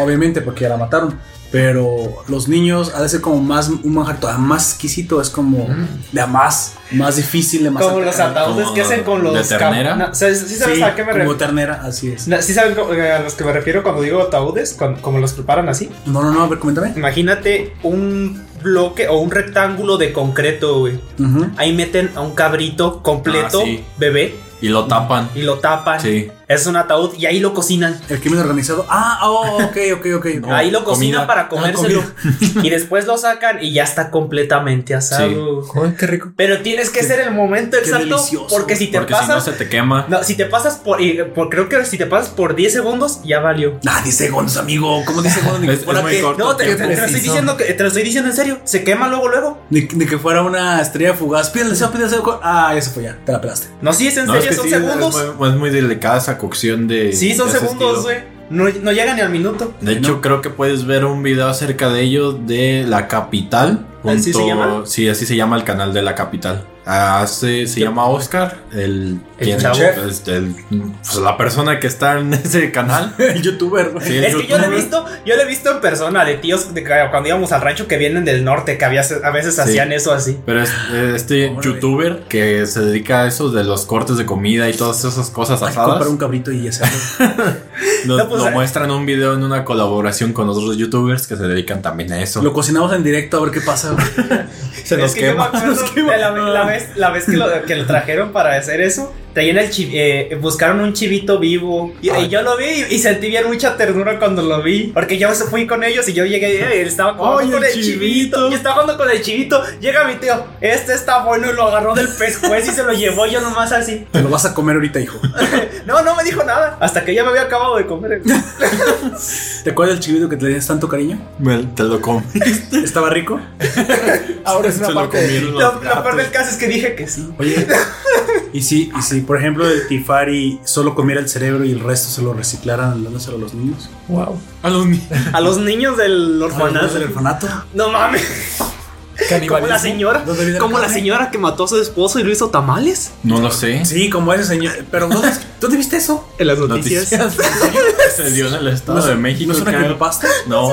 obviamente, porque ya la mataron. Pero los niños ha de ser como más un manjar todavía más exquisito, es como de a más, más difícil de más. Mm. Como los atacar. ataúdes Como que hacen con los. de cam- ternera. No, ¿sabes- ¿Sí sabes Sí, a qué me como refiero? ternera, así es. ¿Sí saben co- eh, a los que me refiero cuando digo ataúdes? Cuan- Como los preparan así. No, no, no, a ver, coméntame. Imagínate un bloque o un rectángulo de concreto, güey. Ujú. Ahí meten a un cabrito completo, Ah, sí. bebé, Y lo tapan. y lo tapan. Sí. Es un ataúd y ahí lo cocinan. El crimen organizado. Ah, oh, ok, ok, ok. No, ahí lo cocinan comida. para comérselo. Ah, [laughs] y después lo sacan y ya está completamente asado. Joder, qué rico. Pero tienes que ser el momento exacto. delicioso. Porque si te Porque si no pasas. se te quema. no, si te pasas por, y- por- Creo que si te pasas por 10 segundos, ya valió. Ah, 10 segundos, amigo. ¿Cómo 10 [laughs] segundos? Ni que Es- es fuera muy que- corto. No, te, Qué te- te lo estoy preciso. diciendo que- te lo estoy diciendo en serio. Se quema luego, luego. Ni, ni que fuera una estrella fugaz. Pídele deseo, pídele deseo. co- Ah, eso fue ya. Te la pelaste. [laughs] No, sí, es en No, serio, es que son sí, es segundos. muy- Es muy delicada esa cocción de. Sí, son de ese segundos, estilo. güey. No, no llega ni al minuto. De hecho, creo que puedes ver un video acerca de ello de la capital. ¿Así se llama? Sí, así se llama el canal de la capital. Ah, Hace, se llama Oscar, el, El quien- chavo. pues, el- pues, la persona que está en [laughs] ese canal. El youtuber, güey. Sí, el Es que yo lo youtuber. he visto, yo lo he visto en persona de tíos de ca- cuando íbamos al rancho que vienen del norte, que había- a veces hacían eso así. Pero es- eh, este Órale. youtuber que se dedica a eso de los cortes de comida y todas esas cosas Hay que comprar asadas, un cabrito y ya se hace. lo, No, pues, lo eh. muestra en un video en una colaboración con otros youtubers que se dedican también a eso. Lo cocinamos en directo a ver qué pasa. güey. [laughs] se es nos que yo me quema. [laughs] acuerdo de la, la vez, la vez que, lo, que lo trajeron para hacer eso, traían el chi- eh, buscaron un chivito vivo. Y, y yo lo vi y, y sentí bien mucha ternura cuando lo vi. Porque yo se fui con ellos y yo llegué y él estaba jugando Ay, con el el chivito. chivito. Y estaba jugando con el chivito. Llega mi tío, este está bueno y lo agarró del pescuezo y se lo llevó yo nomás así. Te lo vas a comer ahorita, hijo. No, no me dijo nada. Hasta que ya me había acabado de [laughs] comer. ¿Te acuerdas del chivito que te tenías tanto cariño? Me- te [laughs] lo comí. ¿Estaba [laughs] rico? Ahora es una Se lo parte. de- comieron los Lo, lo peor gatos. del caso es que dije que sí. Oye, y si, y si por ejemplo el Tifari solo comiera el cerebro y el resto se lo reciclaran dándoselo a los niños. Ah, Wow. A los ni- A los niños del ¿Orfanato? del orfanato. orfanato? No mames. [laughs] Como la Canibalismo. señora. ¿Dónde viene la Como la carne? señora que mató a su esposo y lo hizo tamales. No lo sé. Sí, como ese señor. Pero ¿dónde, ¿dónde viste eso? En las noticias. noticias. [laughs] Se dio en el estado es- de México. ¿No es una creo. creepypasta? No,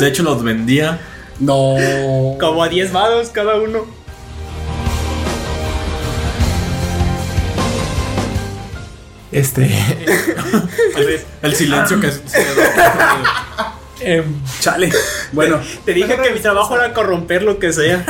de hecho los vendía. No. Como a 10 vados cada uno. Este. El, el silencio Ah. que se da. em, Chale. Bueno, Te dije que mi trabajo era corromper lo que sea.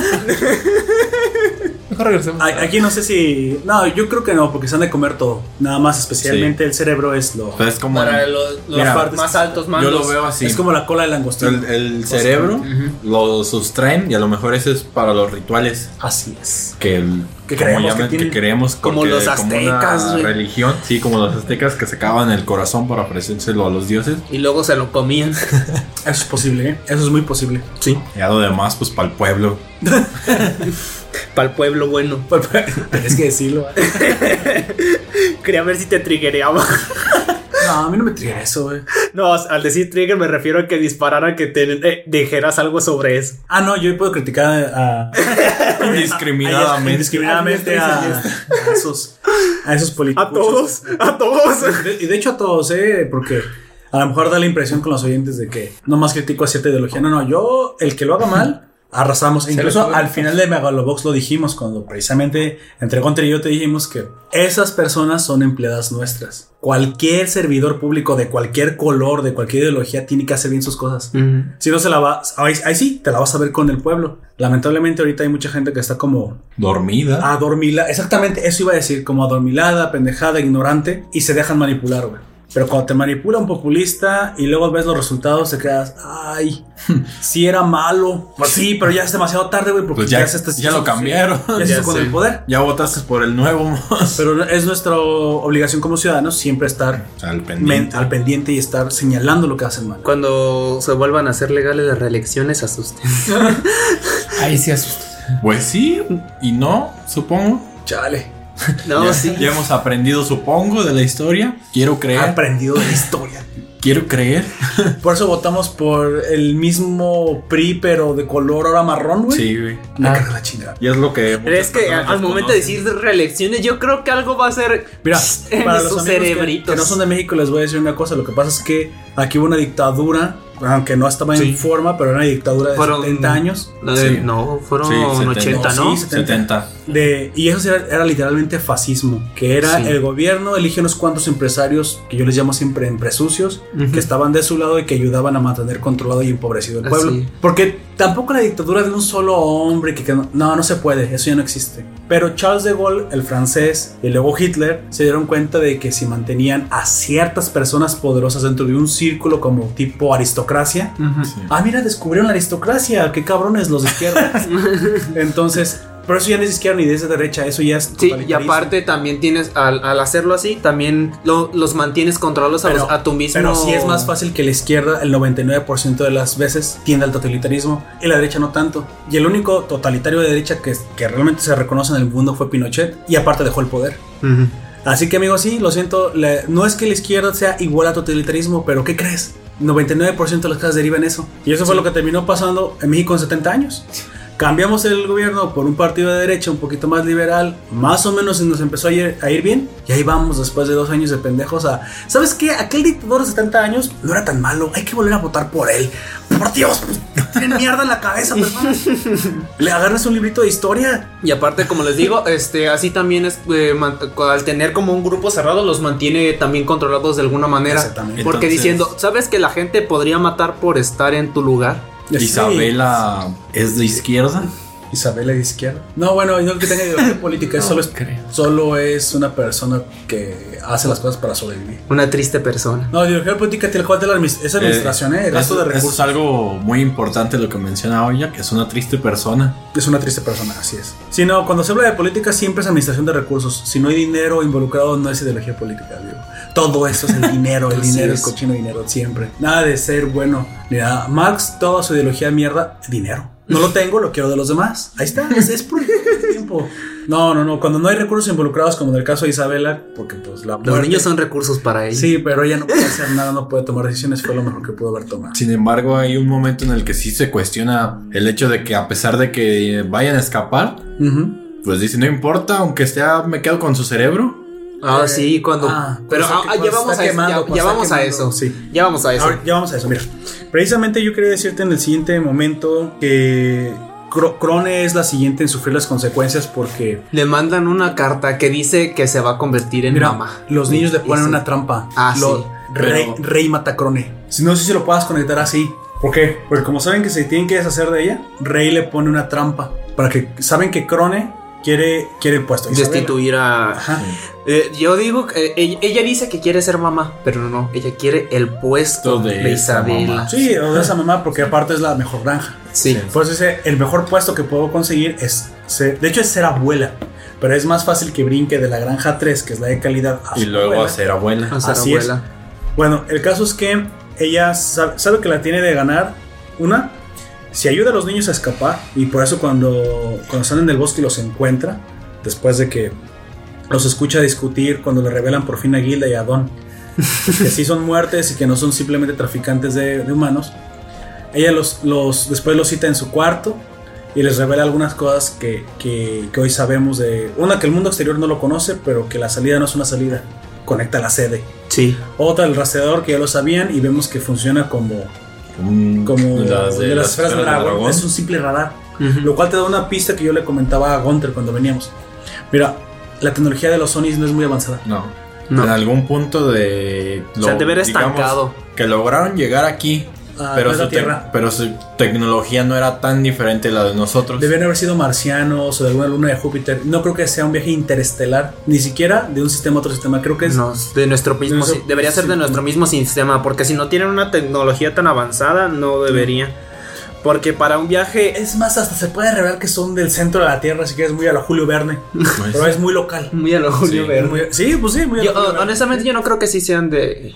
mejor regresemos. a- aquí no sé si. No, yo creo que no, porque se han de comer todo. Nada más, especialmente el cerebro es lo. Pues es como el- los, Mira, más altos yo lo veo así. Es como la cola del langostino. el, el cerebro lo sustraen y a lo mejor eso es para los rituales Así es. que, el- Que como creemos que tienen- que creemos como porque- los aztecas, una güey. religión, sí, como los aztecas que sacaban el corazón para ofrecérselo a los dioses Y luego se lo [laughs] comían. Eso es posible, ¿eh? Eso es muy posible. Sí. y a lo demás pues para el pueblo. Para el pueblo bueno. Tienes que decirlo. ¿eh? Quería ver si te triggereaba. [laughs] No, a mí no me triga eso, güey. No, al decir trigger me refiero a que disparara que te eh, dijeras algo sobre eso. Ah, no, yo puedo criticar a. Indiscriminadamente. Indiscriminadamente a, a esos. a esos políticos. A todos, a todos. De- Y de hecho a todos, ¿eh? Porque a lo mejor da la impresión con los oyentes de que nomás critico a cierta ideología. No, no, yo, el que lo haga mal, arrasamos. E incluso al final de Megalobox lo dijimos, cuando precisamente entre Gunter y yo te dijimos que esas personas son empleadas nuestras. Cualquier servidor público de cualquier color, de cualquier ideología, tiene que hacer bien sus cosas. Mm. Si no se la va, ahí, ahí sí, te la vas a ver con el pueblo. Lamentablemente ahorita hay mucha gente que está como Ah, Dormida. Adormilada, exactamente, eso iba a decir, como adormilada, pendejada, ignorante, y se dejan manipular, güey. Pero cuando te manipula un populista y luego ves los resultados, te quedas, [laughs] ay, si era malo. Pues sí, pero ya es demasiado tarde, güey, porque Pues ya, se está- ya lo cambiaron. [laughs] Ya se hizo con sé. el poder. Ya votaste por el nuevo. [laughs] Pero es nuestra obligación como ciudadanos siempre estar Al men- pendiente. al pendiente y estar señalando lo que hacen mal. Cuando se vuelvan a hacer legales las reelecciones, asusten. Ahí sí asusta. Pues sí y no, supongo. Chale, [laughs] No, ya, sí. ya hemos aprendido, supongo, de la historia. Quiero he creer. aprendido de la historia. quiero creer. Por eso votamos por el mismo PRI, pero de color ahora marrón, güey. Sí, Ah. güey. Me carga la chingada. Y es lo que. Pero muchas es que personas al al momento de desconocen. decir reelecciones, yo creo que algo va a ser Mira, [laughs] en para los sus amigos que- cerebritos. Que, no son de México les voy a decir una cosa. Lo que pasa es que aquí hubo una dictadura, aunque no estaba en Sí. forma, pero era una dictadura de Fueron- 70 años. La de- Sí. No, fueron Sí, 70. 80, ¿no? Sí, 70. De, y eso era, era literalmente fascismo, que era Sí. el gobierno elige unos cuantos empresarios, que yo les llamo siempre empresucios, Ujú. que estaban de su lado y que ayudaban a mantener controlado y empobrecido el Ah, pueblo. sí. Porque tampoco la dictadura de un solo hombre, que, que no, no, no se puede, eso ya no existe. Pero Charles de Gaulle, el francés, y luego Hitler se dieron cuenta de que si mantenían a ciertas personas poderosas dentro de un círculo como tipo aristocracia, Ah, mira, descubrieron la aristocracia. Qué cabrones los de [laughs] izquierda. Entonces, pero eso ya no es izquierda ni de esa derecha. Eso ya es. Sí, y totalitarismo. aparte también tienes, al, al hacerlo así, también lo- los mantienes controlados a, Pero- los- a tu mismo. Pero sí es más fácil que la izquierda, el 99% de las veces, tiende al totalitarismo y la derecha no tanto. Y el único totalitario de derecha que, que realmente se reconoce en el mundo fue Pinochet y aparte dejó el poder. Ujú. Así que, amigos, sí, lo siento. la- no es que la izquierda sea igual a totalitarismo, pero ¿qué crees? 99% de las cosas derivan eso. Y eso fue lo que terminó pasando en México en 70 años. Cambiamos el gobierno por un partido de derecha un poquito más liberal, más o menos nos empezó a ir, a ir bien. Y ahí vamos después de dos años de pendejos a... ¿Sabes qué? Aquel dictador de 70 años no era tan malo, hay que volver a votar por él. Por Dios, pues, tienen mierda en la cabeza, personas. Le agarras un librito de historia. Y aparte, como les digo, este, así también es, eh, man- al tener como un grupo cerrado, los mantiene también controlados de alguna manera. Exactamente. Porque Entonces- diciendo, ¿sabes que la gente podría matar por estar en tu lugar? Isabela es de izquierda. Isabela de izquierda. No, bueno, no que tenga ideología política, es solo, es, solo es una persona que hace las cosas para sobrevivir. Una triste persona. No, ideología política tal cual de la admis- es administración, eh, gasto es, de es recursos. algo muy importante lo que menciona Oya, que es una triste persona. Es, una triste persona, así es. Si no, cuando se habla de política siempre es administración de recursos. Si no hay dinero involucrado, no es ideología política, digo. Todo eso es [laughs] el dinero, el Así dinero, es. el cochino dinero, siempre. Nada de ser bueno, ni nada. Marx, toda su ideología mierda, dinero. No lo tengo, lo quiero de los demás. Ahí está, es, es por tiempo. No, no, no. Cuando no hay recursos involucrados, como en el caso de Isabela, porque pues la Los muerte- niños son recursos para ellos. Sí, pero ella no puede hacer nada, no puede tomar decisiones, fue lo mejor que pudo haber tomado. Sin embargo, hay un momento en el que sí se cuestiona el hecho de que a pesar de que vayan a escapar, Ujú. pues dice, no importa, aunque sea, me quedo con su cerebro. Ah, Eh, sí, cuando. ah, pero cosa ah, que- ah, ya cosa vamos está a eso. quemando, ya- cosa ya está vamos a quemando, eso. sí. Ya vamos a eso. Ahora, ya vamos a eso, mira. Precisamente yo quería decirte en el siguiente momento que Cro- Crone es la siguiente en sufrir las consecuencias porque Le mandan una carta que dice que se va a convertir en mamá. los niños le Y ponen sí. una trampa. Ah, Lo- sí. Rey, Pero- Rey Matacrone. Si no sé si lo puedas conectar así. ¿Por qué? Porque como saben que se tienen que deshacer de ella, Rey le pone una trampa para que saben que Crone quiere quiere el puesto. Isabela. Destituir a. Ajá. Eh, yo digo que eh, ella, ella dice que quiere ser mamá, pero no, ella quiere el puesto De de, esa mamá. Isabela. Sí, o de esa mamá porque aparte es la mejor granja. Sí. Pues dice, el mejor puesto que puedo conseguir es ser, de hecho es ser abuela, pero es más fácil que brinque de la granja 3, que es la de calidad, a Y Ah, su luego abuela. a ser abuela. a ser Así es. abuela. Bueno, el caso es que ella sabe, sabe que la tiene de ganar una si ayuda a los niños a escapar y por eso cuando cuando están en el bosque y los encuentra después de que los escucha discutir cuando le revelan por fin a Gilda y a Don [laughs] que sí son muertes y que no son simplemente traficantes de, de humanos. Ella los, los después los cita en su cuarto y les revela algunas cosas que, que- que hoy sabemos de... Una, que el mundo exterior no lo conoce, pero que la salida no es una salida. Conecta la sede. Sí. Otra, el rastreador, que ya lo sabían y vemos que funciona como, Un- como las de las esferas del dragón. Es un simple radar. Lo cual te da una pista que yo le comentaba a Gunter cuando veníamos. Mira, la tecnología de los Sonys no es muy avanzada. No. No. En algún punto de. O sea, lo- te hubiera digamos, estancado. Que lograron llegar aquí. Ah, no pero, es su la te- Tierra. pero su tecnología no era tan diferente a la de nosotros. Debían haber sido marcianos o de alguna luna de Júpiter. No creo que sea un viaje interestelar, ni siquiera de un sistema a otro sistema. Creo que es No, de nuestro mismo, Eso- si- debería ser de sí. nuestro mismo sistema, porque si no tienen una tecnología tan avanzada, no debería. Porque para un viaje Es más, hasta se puede revelar que son del centro de la Tierra, así que es muy a lo Julio Verne. Pues, pero es muy local. muy a lo Julio Sí. Verne. Muy- sí, pues sí, muy a lo Julio Yo, oh, Verne. honestamente, yo no creo que sí sean de.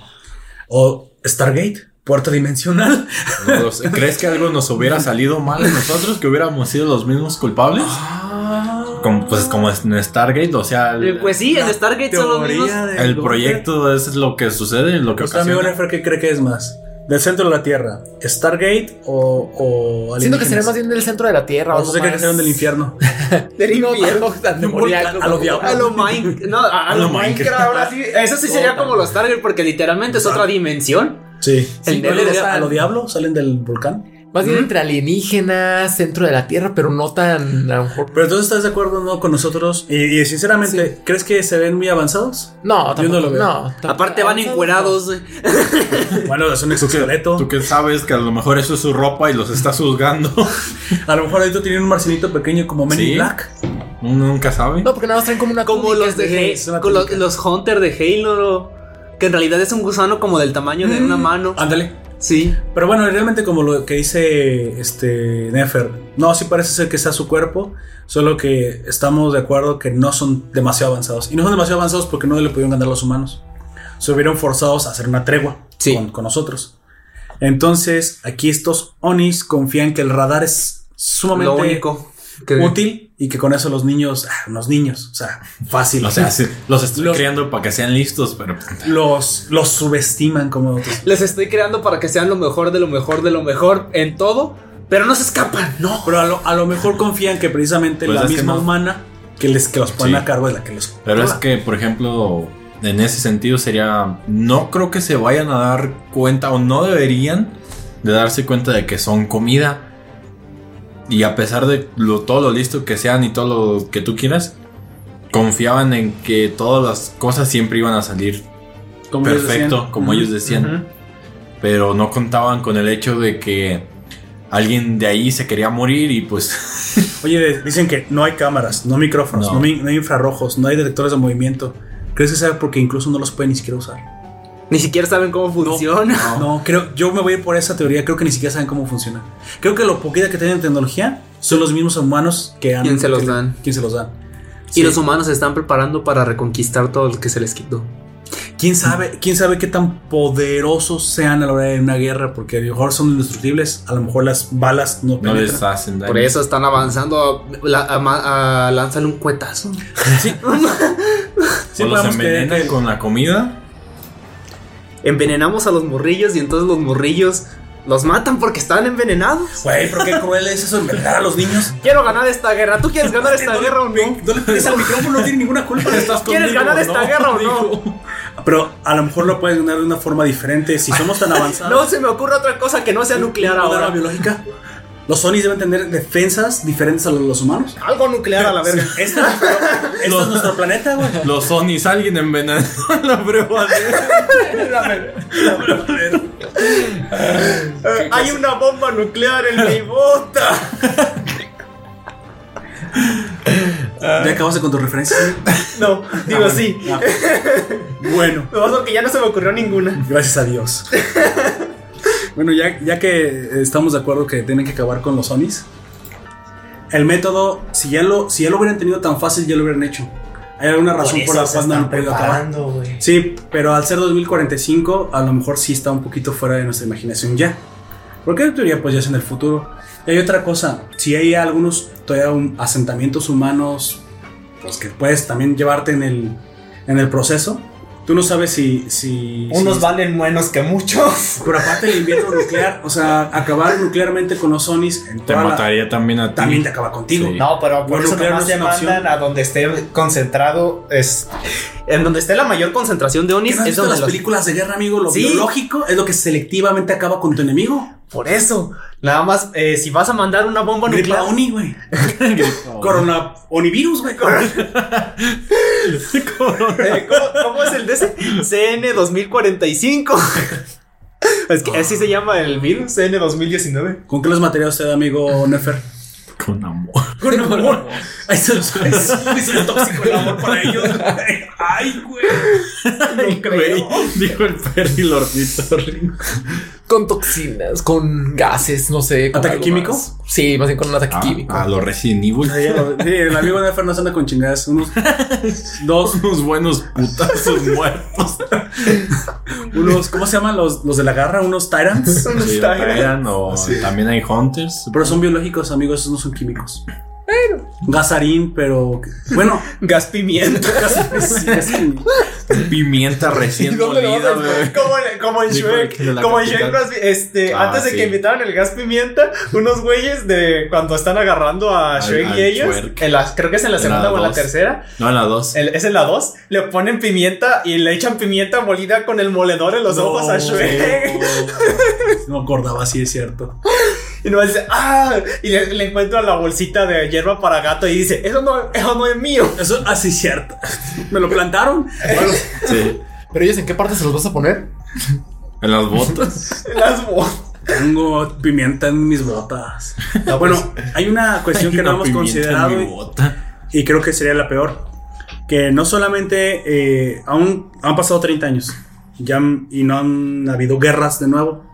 O Stargate, puerta dimensional. No lo sé. ¿Crees que algo nos hubiera salido mal a nosotros? ¿Que hubiéramos sido los mismos culpables? Ah. Como, pues como en Stargate, o sea, el, Eh, Pues sí, el Stargate son los mismos. el proyecto es lo que sucede, lo que eh, Pues también ocasiona. Bonhoeffer, ¿qué cree que es más? ¿Del centro de la Tierra? ¿Stargate o, o Siento que sería alienígenas? más bien del centro de la tierra. O sea, cree que serían del infierno. [laughs] Del infierno. tan demoníaco. A lo diablo. A lo Minecraft. No, a, a A lo lo Minecraft. Ahora sí. Eso sí sería como los Stargate, porque literalmente es otra dimensión. Sí. El ¿no? Nether ¿A era- a lo diablo? ¿Salen del volcán? Más bien entre alienígenas, centro de la tierra, pero no tan a lo mejor. Pero entonces, ¿estás de acuerdo no con nosotros? Y, y sinceramente, ¿crees que se ven muy avanzados? No, tampoco, Yo no lo veo. no, tampoco. Aparte van encuerados. güey. Bueno, es un ¿Tú qué, exoesqueleto. tú qué sabes que a lo mejor eso es su ropa y los está juzgando. [laughs] A lo mejor ahorita tienen un marcinito pequeño como Men in Sí. Black. Uno nunca sabe. No, porque nada más traen como una. Como túnica, los de güey. Halo- es una con los, túnica. los Hunter de Halo. Que en realidad es un gusano como del tamaño de una mano. Ándale. Sí. Pero bueno, realmente como lo que dice este Nefer, no, sí parece ser que sea su cuerpo, solo que estamos de acuerdo que no son demasiado avanzados. Y no son demasiado avanzados porque no le pudieron ganar los humanos. Se hubieron forzados a hacer una tregua Sí. con, con nosotros. Entonces, aquí estos Onis confían que el radar es Lo sumamente único. que- útil y que con eso los niños, ah, los niños, o sea, fácil. [laughs] O sea, sí, los estoy pues, Los- creando para que sean listos, pero los, los subestiman [laughs] como otros. Les estoy creando para que sean lo mejor de lo mejor de lo mejor en todo, pero no se escapan. No. Pero a lo, a lo mejor confían que precisamente Pues la es que misma no. humana que, les, que los ponen Sí. a cargo es la que los. Pero es que, por ejemplo, en ese sentido sería. No creo que se vayan a dar cuenta o no deberían de darse cuenta de que son comida. Y a pesar de lo, todo lo listo que sean y todo lo que tú quieras, confiaban en que todas las cosas siempre iban a salir como ellos perfecto, decían. como Ujú. ellos decían. Pero no contaban con el hecho de que alguien de ahí se quería morir y pues. Oye, de- dicen que no hay cámaras, no hay micrófonos, no. No. mi- no hay infrarrojos, no hay detectores de movimiento. ¿Crees que sea porque incluso no los pueden ni siquiera usar? Ni siquiera saben cómo funciona. No, creo, yo me voy a ir por esa teoría, creo que ni siquiera saben cómo funciona. Creo que lo poquita que tienen tecnología son los mismos humanos que han ¿Quién se los que- dan? ¿Quién se los dan? [laughs] Y Sí. los humanos se están preparando para reconquistar todo lo que se les quitó. ¿Quién sabe, ¿Quién sabe qué tan poderosos sean a la hora de una guerra? Porque a lo mejor son indestructibles, a lo mejor las balas no, No penetran. les hacen daño. Por eso están avanzando a, la- a ma- a lanzarle un cuetazo. Sí. o los podemos creer envenenan que- con la comida. Envenenamos a los morrillos y entonces los morrillos los matan porque están envenenados. Güey, pero qué cruel es eso envenenar a los niños. Quiero ganar esta guerra. ¿Tú quieres ganar [laughs] esta guerra o no? No le pones al micrófono, no tiene ninguna culpa de estas ¿Quieres ganar esta guerra o no? Pero a lo mejor lo puedes ganar de una forma diferente. Si somos tan No [laughs] avanzados. se me ocurre otra cosa que no sea nuclear ¿Una arma ahora. biológica. Los Sonis deben tener defensas diferentes a los de los humanos. Algo nuclear a la verga. Este, este es nuestro planeta, [laughs] güey. Los Sonys, alguien envenenó la prueba Hay una bomba nuclear en mi bota. Ya acabaste con tu referencia. Ah, No, Ah, digo sí. Bueno, Lo más que ya no se me ocurrió ninguna. gracias a Dios. Bueno, ya, ya que estamos de acuerdo que tienen que acabar con los Sonis, el método, si ya, lo, si ya lo hubieran tenido tan fácil, ya lo hubieran hecho. Hay alguna razón por, la cual no han podido acabar. güey. Sí, pero al ser 2045, a lo mejor sí está un poquito fuera de nuestra imaginación ya. Porque en teoría, pues ya es en el futuro. Y hay otra cosa, si hay algunos todavía un- asentamientos humanos, pues que puedes también llevarte en el, en el proceso, Tú no sabes si. si Unos si- valen menos que muchos. Pero aparte el invierno nuclear, o sea, acabar nuclearmente con los Sonis en Te toda la- mataría también a ti. también te acaba contigo. Sí. No, pero por Bueno, eso claro, nomás no es una demandan a donde esté concentrado. Es, en donde esté la mayor concentración de ¿Qué Onis no has es visto donde las los- películas de guerra, amigo? Lo Sí. biológico es lo que selectivamente acaba con tu enemigo. Por eso. Nada más, eh, si vas a mandar una bomba Gripa nuclear. Oni, [laughs] güey. Corona Onivirus, güey. [laughs] Eh, ¿Cómo, cómo es el de ese? CN 2045. [laughs] Es Ah. que así se llama el virus, CN 2019. ¿Con qué los materiales usted, amigo Nefer? Con amor. [laughs] Con [laughs] amor. Ay, se [laughs] los- Es un tóxico el amor para ellos. Ay, güey. Ay, güey, [laughs] Dijo el Perry Lordito Con toxinas, con gases, no sé. con ¿Ataque algo químico? más. Sí, más bien con un ataque Ah, químico. a los Resident Evil. Sí, el amigo Nefer no se anda con chingadas. Unos dos, [laughs] Unos buenos putazos muertos. [laughs] unos, ¿cómo se llaman los, los de la garra? Unos Tyrants. Unos Sí, Tyrants. Tyrant, o también hay [laughs] Hunters. Pero son biológicos, amigos, esos no son químicos. Gasarín, pero. Bueno, Gas pimienta. gas- gas- Pimienta recién molida, güey. Como, en- como en Sí, Shrek. de la Como en Shrek capital. Brosby, Este, Ah, antes de sí. que invitaran el gas pimienta, unos güeyes de cuando están agarrando a Al- Shrek al y ellos. Shrek. en la- creo que es en la En segunda la o en la dos. tercera. No, en la 2. el- es en la 2. Le ponen pimienta y le echan pimienta molida con el moledor en los ojos a Shrek. [laughs] No acordaba, sí es cierto. Y nomás dice, ¡ah! Y le, le encuentra la bolsita de hierba para gato y dice, eso no, eso no es mío. Eso, así es cierto. Me lo plantaron. Sí. Pero ellos, ¿en qué parte se los vas a poner? En las botas. Las bo- Tengo pimienta en mis botas. No, bueno, hay una cuestión Ah, pues, Hay que no una hemos pimienta en considerado mi y- bota. y creo que sería la peor. Que no solamente eh, aún han pasado 30 años ya han- y no han habido guerras de nuevo.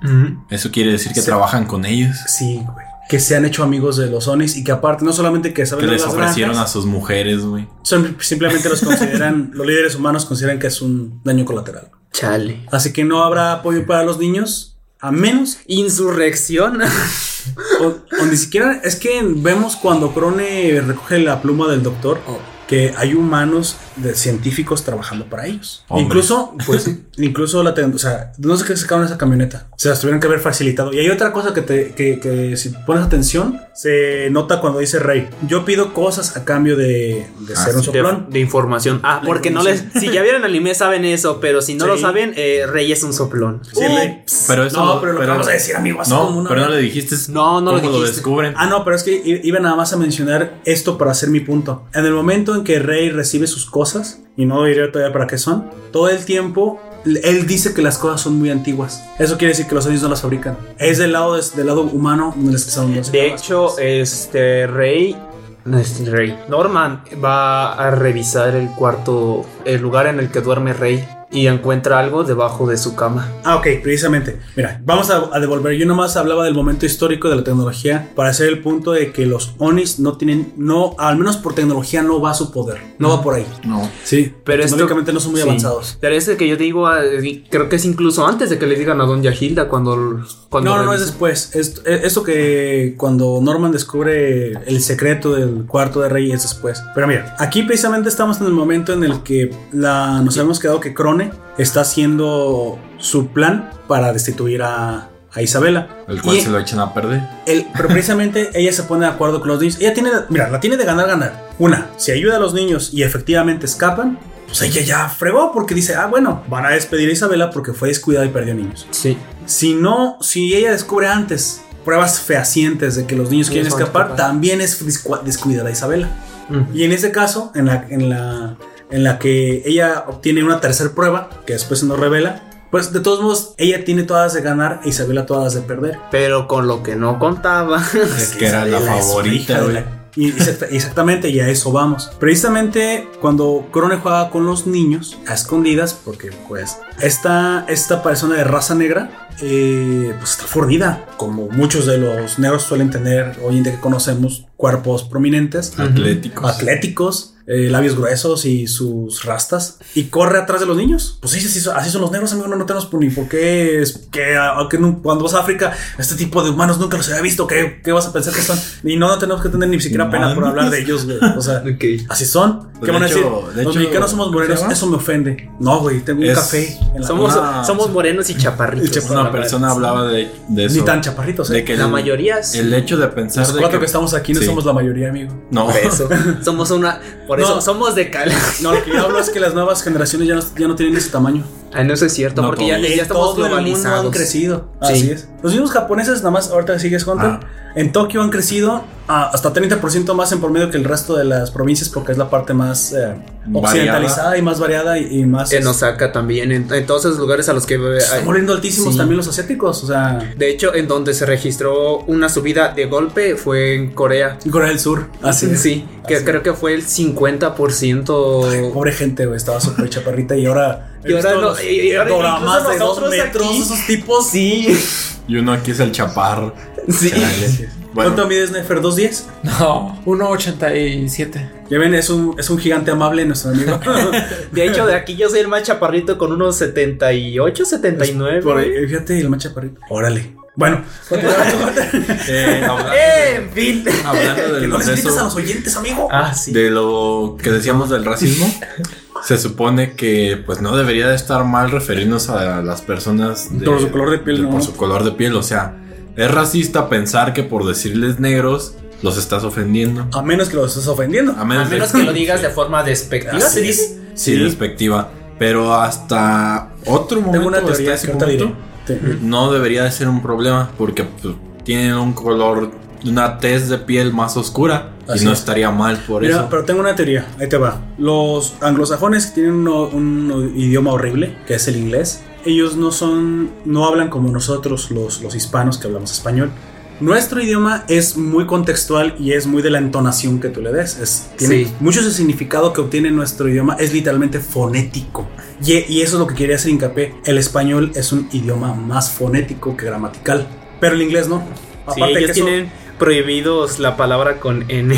Eso quiere decir que Sí. trabajan con ellos. Sí, güey. Que se han hecho amigos de los Onis y que aparte no solamente que Que saben de les las ofrecieron a granjas, sus mujeres, güey. son- simplemente los [laughs] consideran, los líderes humanos consideran que es un daño colateral. Chale. Así que no habrá apoyo para los niños, a menos, Insurrección. o, o ni siquiera, es que vemos cuando Crone recoge la pluma del doctor, que hay humanos de científicos trabajando para ellos. Hombres. Incluso, pues, [laughs] incluso la ten- o sea, no sé qué sacaron esa camioneta. Se las tuvieron que haber facilitado. Y hay otra cosa que, te, que, que si pones atención, se nota cuando dice Rey. Yo pido cosas a cambio de, de Ah, ser un sí, [laughs] De, soplón. de información. Ah, La porque no les. información. Si ya vieron el anime, saben eso. Pero si no Sí. lo saben, eh, Rey es un soplón. Sí, Rey. Pero eso no, lo- pero lo pero- que vamos a decir, amigo, así como No, una- pero no le dijiste. No, no lo cómo dijiste. descubren. Ah, no, pero es que i- iba nada más a mencionar esto para hacer mi punto. En el momento en que Rey recibe sus cosas, y no diré todavía para qué son, todo el tiempo l- él dice que las cosas son muy antiguas. Eso quiere decir que los aliens no las fabrican. Es del lado, des- del lado humano donde les empezaron a De hecho, este Rey. no, este, Rey. Norman va a revisar el cuarto. El lugar en el que duerme Rey. Y encuentra algo debajo de su cama. Ah, ok, precisamente. Mira, vamos a, a devolver. Yo nomás hablaba del momento histórico de la tecnología para hacer el punto de que los Onis no tienen, no, al menos por tecnología no va a su poder. No va por ahí. No. Sí, Mm. Pero esto- tecnológicamente no son muy sí. avanzados. Pero es el que yo digo. eh, y Creo que es incluso antes de que le digan a Don Yahilda cuando. cuando No, no, no es revisa. después. Esto, e- esto que cuando Norman descubre el secreto del cuarto de rey es después. Pero mira, aquí precisamente estamos en el momento en el que la, nos hemos quedado que Crone está haciendo su plan para destituir a, a Isabela. El cual Y se lo echan a perder. el- pero [laughs] precisamente ella se pone de acuerdo con los niños. Ella tiene, mira, la tiene de ganar, ganar. Una, si ayuda a los niños y efectivamente escapan, pues ella ya fregó porque dice, ah, bueno, van a despedir a Isabela porque fue descuidada y perdió niños. Sí. Si no, si ella descubre antes pruebas fehacientes de que los niños quieren Ellos van a escapar, escapar. también es descu- descuidada Isabela. Mm. Y en ese caso, en la, en la, en la que ella obtiene una tercera prueba, que después se nos revela, pues de todos modos, ella tiene todas de ganar e Isabela todas de perder. Pero con lo que no contaba. [laughs] Es que era la Isabela es una hija favorita, de güey. la- Y exacta- exactamente, y a eso vamos. Precisamente cuando Crone juega con los niños a escondidas, porque pues esta, esta persona de raza negra, eh, pues está fornida, como muchos de los negros suelen tener hoy en día que conocemos, cuerpos prominentes, Atléticos. atléticos. eh, labios gruesos y sus rastas y corre atrás de los niños. Pues sí, así, son- así son los negros, amigo. No, no tenemos ni por qué. Es que, ah, que nu- cuando vas a África, este tipo de humanos nunca los había visto. ¿Qué, qué vas a pensar que son? Y no, no tenemos que tener ni siquiera pena por hablar de ellos, güey. O sea, Ok. así son. ¿Qué De van a decir? hecho- de Los hecho, mexicanos somos morenos. ¿se llama? Eso me ofende. No, güey, tengo un Es- café. en la- Somos, Ah, somos morenos y chaparritos. El chaparro. Una persona hablaba de, de eso. ni tan chaparritos, de ¿eh? que La el- mayoría sí. El hecho de pensar Los de cuatro que estamos aquí no sí. somos la mayoría, amigo. No, Por eso. Somos una. Por eso No. somos de cal. No, lo que yo hablo es que las nuevas generaciones ya no, ya no tienen ese tamaño. Ay, no, eso es cierto, No, porque ya, todo- ya estamos Todo el mundo han globalizados. crecido. Sí. Así es. Los mismos japoneses, nada más, ahorita que sigues, Hunter, Ah. en Tokio han crecido a- hasta 30% más en promedio que el resto de las provincias porque es la parte más eh, Variada. occidentalizada y más variada y, y más... En Osaka también, en, en todos esos lugares a los que. se están volviendo altísimos Sí. también los asiáticos, o sea... De hecho, en donde se registró una subida de golpe fue en Corea. Corea del Sur, así es. Sí, Ah, Así que es. creo que fue el 50%. Pobre gente, güey, estaba súper chaparrita y ahora... Y ahora no- y- y ahora más incluso de dos nosotros metros, aquí. esos tipos... Sí, y uno aquí es el chapar. [laughs] sí. Chale. Bueno, ¿Cuánto mides, Nefer? ¿2.10? No, 1.87. Ya ven, es un, es un gigante amable nuestro [laughs] amigo. De hecho, de aquí yo soy el más chaparrito con unos 78, 79. Por ahí, eh, fíjate, el macha parrito. Órale. Bueno, continuamos. eh, hablando, ¡Eh! En fin. hablando [laughs] de, que no les los- de grites eso- a los oyentes, amigo. Ah, sí. de lo que decíamos del racismo, [laughs] se supone que pues no debería de estar mal referirnos a las personas de- Por su color de piel, ¿no? por su color de piel, o sea, es racista pensar que por decirles negros los estás ofendiendo. A menos que los estés ofendiendo. A A menos, de- menos [laughs] que lo [laughs] digas de forma despectiva, Así se dice. sí, despectiva, pero hasta otro momento Tengo una hasta teoría ese que ahorita diré. punto, Sí. no debería de ser un problema porque pues, tienen un color una tez de piel más oscura Así y no es. estaría mal por Mira, eso. pero tengo una teoría. Ahí te va. Los anglosajones tienen uno- un idioma horrible, que es el inglés. Ellos no son, no hablan como nosotros, los, los hispanos que hablamos español. Nuestro idioma es muy contextual y es muy de la entonación que tú le des. Es, tiene Sí. Mucho ese significado que obtiene nuestro idioma es literalmente fonético. Y, y eso es lo que quería hacer hincapié. El español es un idioma más fonético que gramatical, pero el inglés no. Sí, Aparte que ellos eso- tienen prohibidos la palabra con N,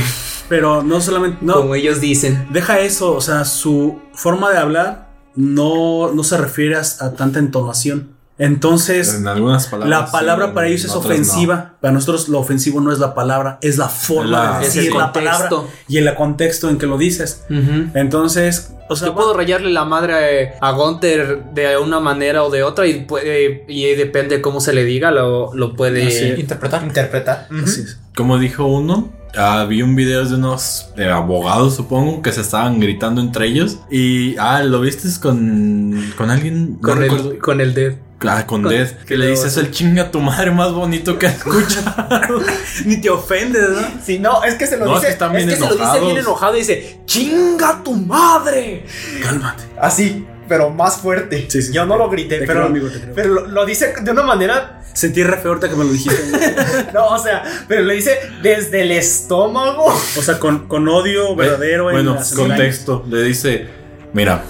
pero no solamente... No, como ellos dicen. deja eso, o sea, su forma de hablar no, no se refiere a, a tanta entonación. Entonces, en algunas palabras la palabra sí, para en ellos es otras no. ofensiva. Para nosotros lo ofensivo no es la palabra, es la forma La- de es decir el la palabra contexto. y el contexto en que lo dices. Ujú. Entonces, o sea, Yo puedo rayarle la madre a Gunter de una manera o de otra y, puede- y depende cómo se le diga, lo, lo puede... Interpretar. Interpreta. así es. Como dijo uno, ah, vi un video de unos eh, abogados, supongo, que se estaban gritando entre ellos. Y, ah, ¿lo viste con, con alguien? No Con, recuerdo. el, con el dedo. Ah, con, Death, que le dices el chinga tu madre más [laughs] bonito que escucha. [laughs] ni te ofendes, ¿no? Sí, no, es que se lo No, es dice. que están bien es que se lo dice enojados. bien enojado y dice: ¡Chinga tu madre! Cálmate. Así, pero más fuerte. Sí, sí. Yo no lo grité, Te pero. creo, amigo, te creo. Pero lo, lo dice de una manera. [laughs] Sentí re feo ahorita que me lo dijiste. No, o sea, pero le dice desde el estómago. o sea, con, con odio verdadero. en bueno, las- contexto. Le dice, mira,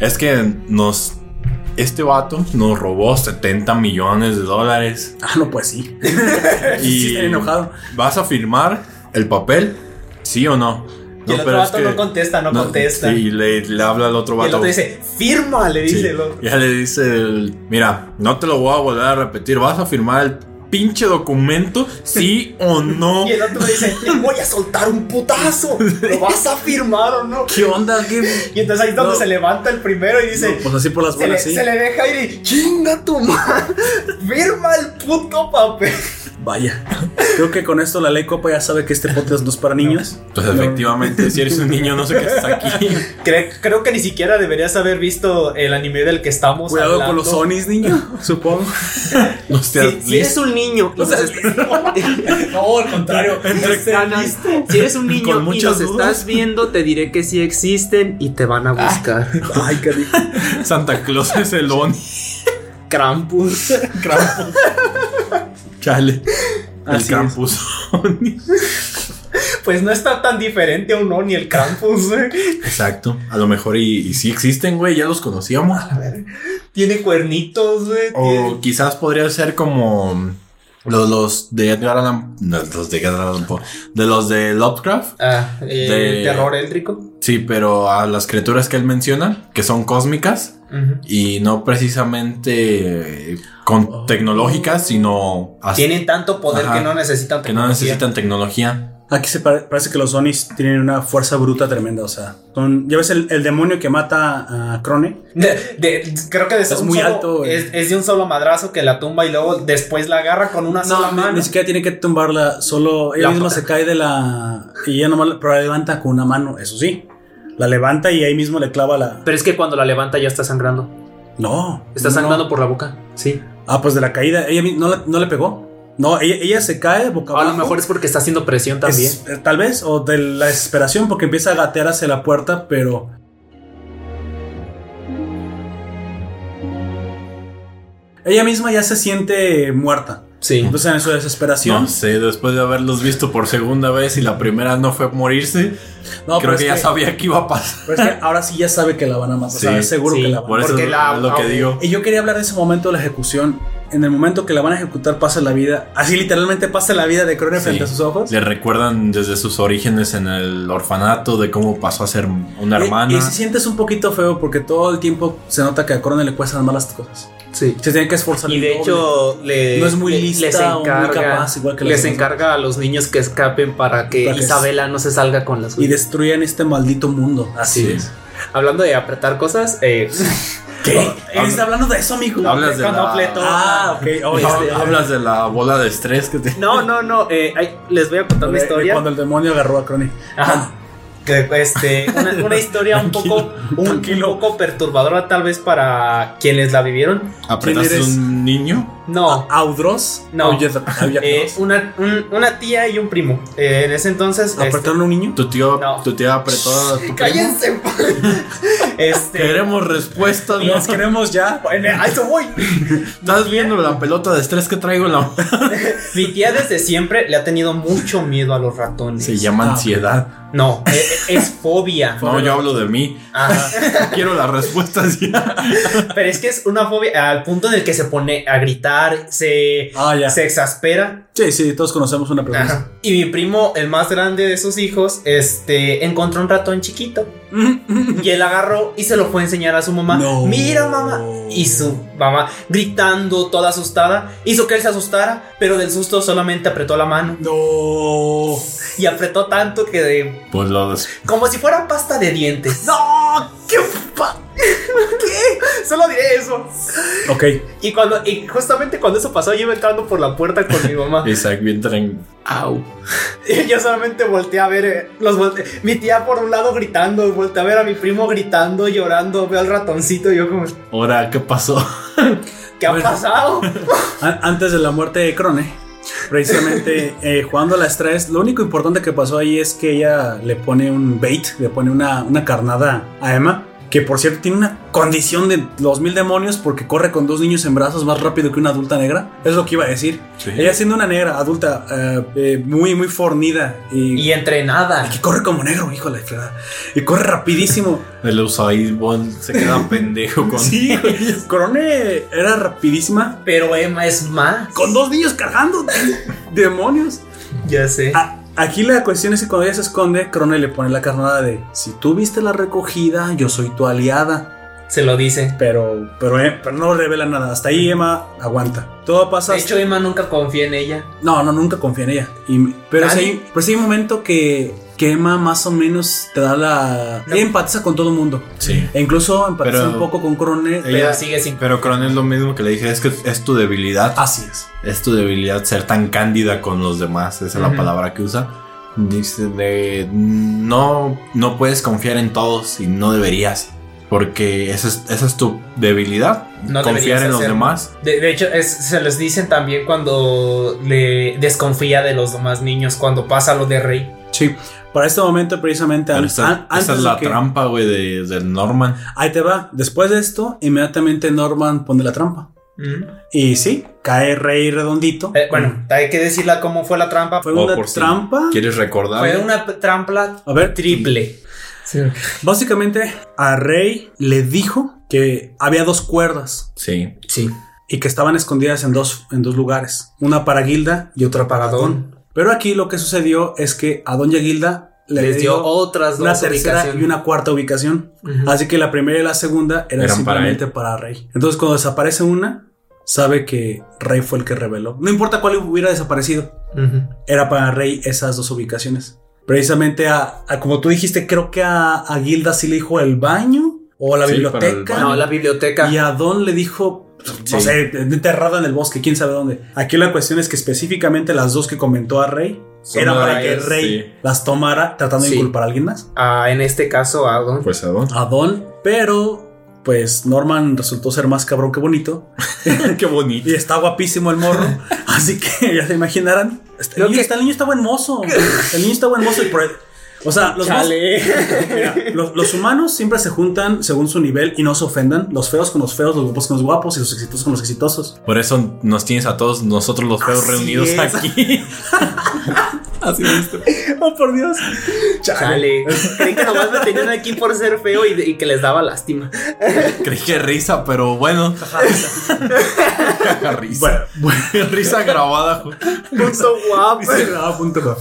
es que nos... Este vato nos robó 70 millones de dólares. Ah, no, pues sí. Y Sí, está enojado. ¿Vas a firmar el papel? ¿Sí o no? y el otro pero es vato que- no contesta, no, No, contesta. sí, Y le, le habla al otro y vato. el otro dice: ¡Firma! Le dice Sí. el otro. Ya le dice el, mira, no te lo voy a volver a repetir, vas a firmar el pinche documento, sí o no. [laughs] Y el otro le dice: "Le Voy a soltar un putazo. ¿Lo vas a firmar o no? ¿Qué onda? ¿Qué? [laughs] Y entonces ahí es donde No. se levanta el primero y dice: No, pues así por las se, le, buenas, sí. se le deja ir y chinga tu madre. Firma el puto papel. Vaya. Creo que con esto la ley Copa ya sabe que este podcast no es para niños. [laughs] Pues No. efectivamente, si eres un niño, no sé qué haces [laughs] aquí. Cre- creo que ni siquiera deberías haber visto el anime del que estamos Cuidado hablando. con los Sonys, niño, supongo. No seas Si, si eres listo. un niño... y nos est- No, al contrario. Ah, no. [laughs] Si eres un niño Con y muchas los dudas. estás viendo, te diré que sí existen y te van a buscar. Ay, cariño. Santa Claus es el Oni. [laughs] Krampus. [laughs] Chale. El Así Krampus Oni. Pues no está tan diferente a un Oni el Krampus. [laughs] eh. Exacto. A lo mejor y, y sí existen, güey, ya los conocíamos. Tiene cuernitos, güey. O quizás podría ser como los, los de Edgar Allan no, los de Edgar Allan Poe, de los de Lovecraft. Ah, eh, De- terror éltrico. Sí, pero a las criaturas que él menciona, que son cósmicas y no precisamente eh, con tecnológicas, sino as- Tienen tanto poder Ajá. que no necesitan que no tecnología. necesitan tecnología. Aquí se pare- parece que los Onis tienen una fuerza bruta tremenda, o sea, son, ya ves el, el demonio que mata a Crone, De- de- creo que de Es un muy solo- alto, güey. es, es de un solo madrazo que la tumba y luego después la agarra con una sola no, ni, mano. ni siquiera tiene que tumbarla, solo ella La misma toca. se cae de la y ella nomás la- pero la levanta con una mano, eso sí, la levanta y ahí mismo le clava la, Pero es que cuando la levanta ya está sangrando. no, Está no, sangrando no. por la boca. Sí. ah, pues de la caída, ella mi- no, la- no le pegó, no, ella, ella se cae boca A lo abajo. mejor es porque está haciendo presión también. Es- eh, tal vez, o de la desesperación, porque empieza a gatear hacia la puerta, pero. Ella misma ya se siente muerta. Sí. Entonces, en su desesperación. No sé, después de haberlos visto por segunda vez y la primera no fue morirse, No, pero creo que es ya que- sabía que iba a pasar. pero es que ahora sí ya sabe que la van a matar. o sea, Sí, es seguro sí, que la van a Por eso Porque es la- lo que digo. Y yo quería hablar de ese momento de la ejecución. En el momento que la van a ejecutar, pasa la vida. Así literalmente pasa la vida de Crone Sí. frente a sus ojos. Le recuerdan desde sus orígenes en el orfanato de cómo pasó a ser una Y- hermana. Y, si sientes un poquito feo porque todo el tiempo se nota que a Crone le cuestan malas cosas. Sí. Se tiene que esforzar Y el de doble. hecho le- No es muy le- lista les o muy encarga, capaz, igual que las les demás. encarga a los niños que escapen para que Para que Isabela no se salga con las y destruyan este maldito mundo. Así es. Hablando de apretar cosas, eh, [laughs] ¿Qué? ¿Estás hablando de eso, mijo? Hablas de Con la- completo. Ah, ok. Oh, No, este, [laughs] hablas de la bola de estrés que te... no, no, no, eh, ay, les voy a contar de- una de historia. Eh, Cuando el demonio agarró a Crony. Ajá. Que, este, una, una historia un poco, un, un poco perturbadora tal vez para quienes la vivieron. ¿Apretaste ¿Quién eres? un niño? No, Audros. No. Ah, eh, Audros. una, un- una tía y un primo. Eh, en ese entonces... este, ¿Apretaron a un niño? ¿Tu tío, No. tu tía apretó a tu primo? ¡Cállense! [laughs] este... eh, Queremos respuestas, ¿no? Las queremos ya. A eso voy. [laughs] ¿Estás viendo la pelota de estrés que traigo en la mano? Mi tía desde siempre le ha tenido mucho miedo a los ratones. Se llama Ah, ansiedad. No, eh, eh, es, [laughs] fobia. No, yo hablo de mí. Ajá. Quiero las [laughs] respuestas ya. Pero es que es una fobia al punto en el que se pone a gritar, se, Ah, ya. se exaspera. Sí, sí, todos conocemos una pregunta. Ajá. Y mi primo, el más grande de sus hijos, este, encontró un ratón chiquito. Y él agarró y se lo fue a enseñar a su mamá. No. Mira, mamá. Y su mamá, gritando, toda asustada, hizo que él se asustara, pero del susto solamente apretó la mano. No. Y apretó tanto que de- Pues lo des- como si fuera pasta de dientes. No. Solo diré eso. Ok. Y cuando, y justamente cuando eso pasó, yo iba entrando por la puerta con mi mamá. Isaac bien tran- Au. Y [laughs] yo solamente volteé a ver, eh, los volte- mi tía por un lado gritando, volteé a ver a mi primo gritando, llorando, veo al ratoncito y yo como, Ahora, ¿qué pasó? ¿qué ha Bueno. pasado? An- antes de la muerte de Crone, precisamente eh, jugando a las tres, lo único importante que pasó ahí es que ella le pone un bait, le pone una, una carnada a Emma, que por cierto tiene una condición de los mil demonios porque corre con dos niños en brazos más rápido que una adulta negra. Es lo que iba a decir. Ella siendo una negra adulta eh, eh, muy, muy fornida [laughs] y, Y entrenada. y que corre como negro, hijo de la fregada. Y corre rapidísimo. El Usain Bolt se [laughs] queda pendejo con... Sí, güey, Crone era rapidísima. Pero Emma es más. Con dos niños cargando. Demonios. Ya sé. A- Ah, Aquí la cuestión es que cuando ella se esconde, Crone le pone la carnada de si tú viste la recogida, yo soy tu aliada. Se lo dice. Pero, pero, eh, pero no revela nada. Hasta ahí Emma aguanta. Todo pasa. De hecho, Emma nunca confía en ella. [laughs] no, no, nunca confía en ella. Y- pero, sí, Nadie. hay, pero sí hay un momento que, que Emma más o menos te da la. Ella empatiza con todo el mundo. Sí. E incluso empatiza Pero- un poco con Crone. Pero sigue sin. Pero Cron es lo mismo que le dije, es que es tu debilidad. Así es. Es tu debilidad ser tan cándida con los demás, esa es Ujú. la palabra que usa. Dice de, no, no puedes confiar en todos y no deberías, porque esa es, esa es tu debilidad, No confiar deberías en los hacerlo. demás. De, de hecho, es- se los dicen también cuando le desconfía de los demás niños, cuando pasa lo de Rey. Sí. Para este momento, precisamente. Pero an- esa, an- esa es antes de la que- trampa, güey, de, de Norman. Ahí te va. Después de esto, inmediatamente Norman pone la trampa. Mm. Y sí, cae rey redondito. Eh, bueno, hay que decirla cómo fue la trampa. fue o una Oh, por si trampa. ¿Quieres recordar? Fue una p- trampa A ver, triple. básicamente a Rey le dijo que había dos cuerdas Sí. Sí. y que estaban escondidas en dos, en dos lugares, una para Gilda y otra para Adón. Pero aquí lo que sucedió es que Adón y a Gilda le les dio otras una dos tercera y ubicaciones. una cuarta ubicación. Ujú. Así que la primera y la segunda eran, Eran para simplemente para, Rey. Entonces, cuando desaparece una, sabe que Rey fue el que reveló. No importa cuál hubiera desaparecido, Ujú. era para Rey esas dos ubicaciones. Precisamente a, a- como tú dijiste, creo que a, a Gilda sí le dijo el baño o la Sí, para el biblioteca. No, la biblioteca. Y a Don le dijo, no Sí. sé, enterrada en el bosque, quién sabe dónde. Aquí la cuestión es que específicamente las dos que comentó a Rey Son era para que varias, Rey sí. las tomara tratando Sí. de inculpar a alguien más. Ah, en este caso, ¿a dónde? Pues a dónde. A Don, pero pues Norman resultó ser más cabrón que bonito. [laughs] Qué bonito. Y está guapísimo el morro. [laughs] así que [laughs] ya se imaginarán. Este Lo niño, que- está- el niño está buen mozo. El niño está buen mozo y por- O sea, los, más- Mira, los, los humanos siempre se juntan según su nivel y no se ofendan. Los feos con los feos, los guapos con los guapos y los exitosos con los exitosos. Por eso nos tienes a todos nosotros los feos Así reunidos es. aquí. [laughs] Así es. Oh, por Dios. Pues Chale. Creí que nomás me tenían aquí por ser feo y, de- y que les daba [laughs] lástima. Creí que risa, pero bueno. [laughs] risa. risa grabada. Punto guapo. Graba.com.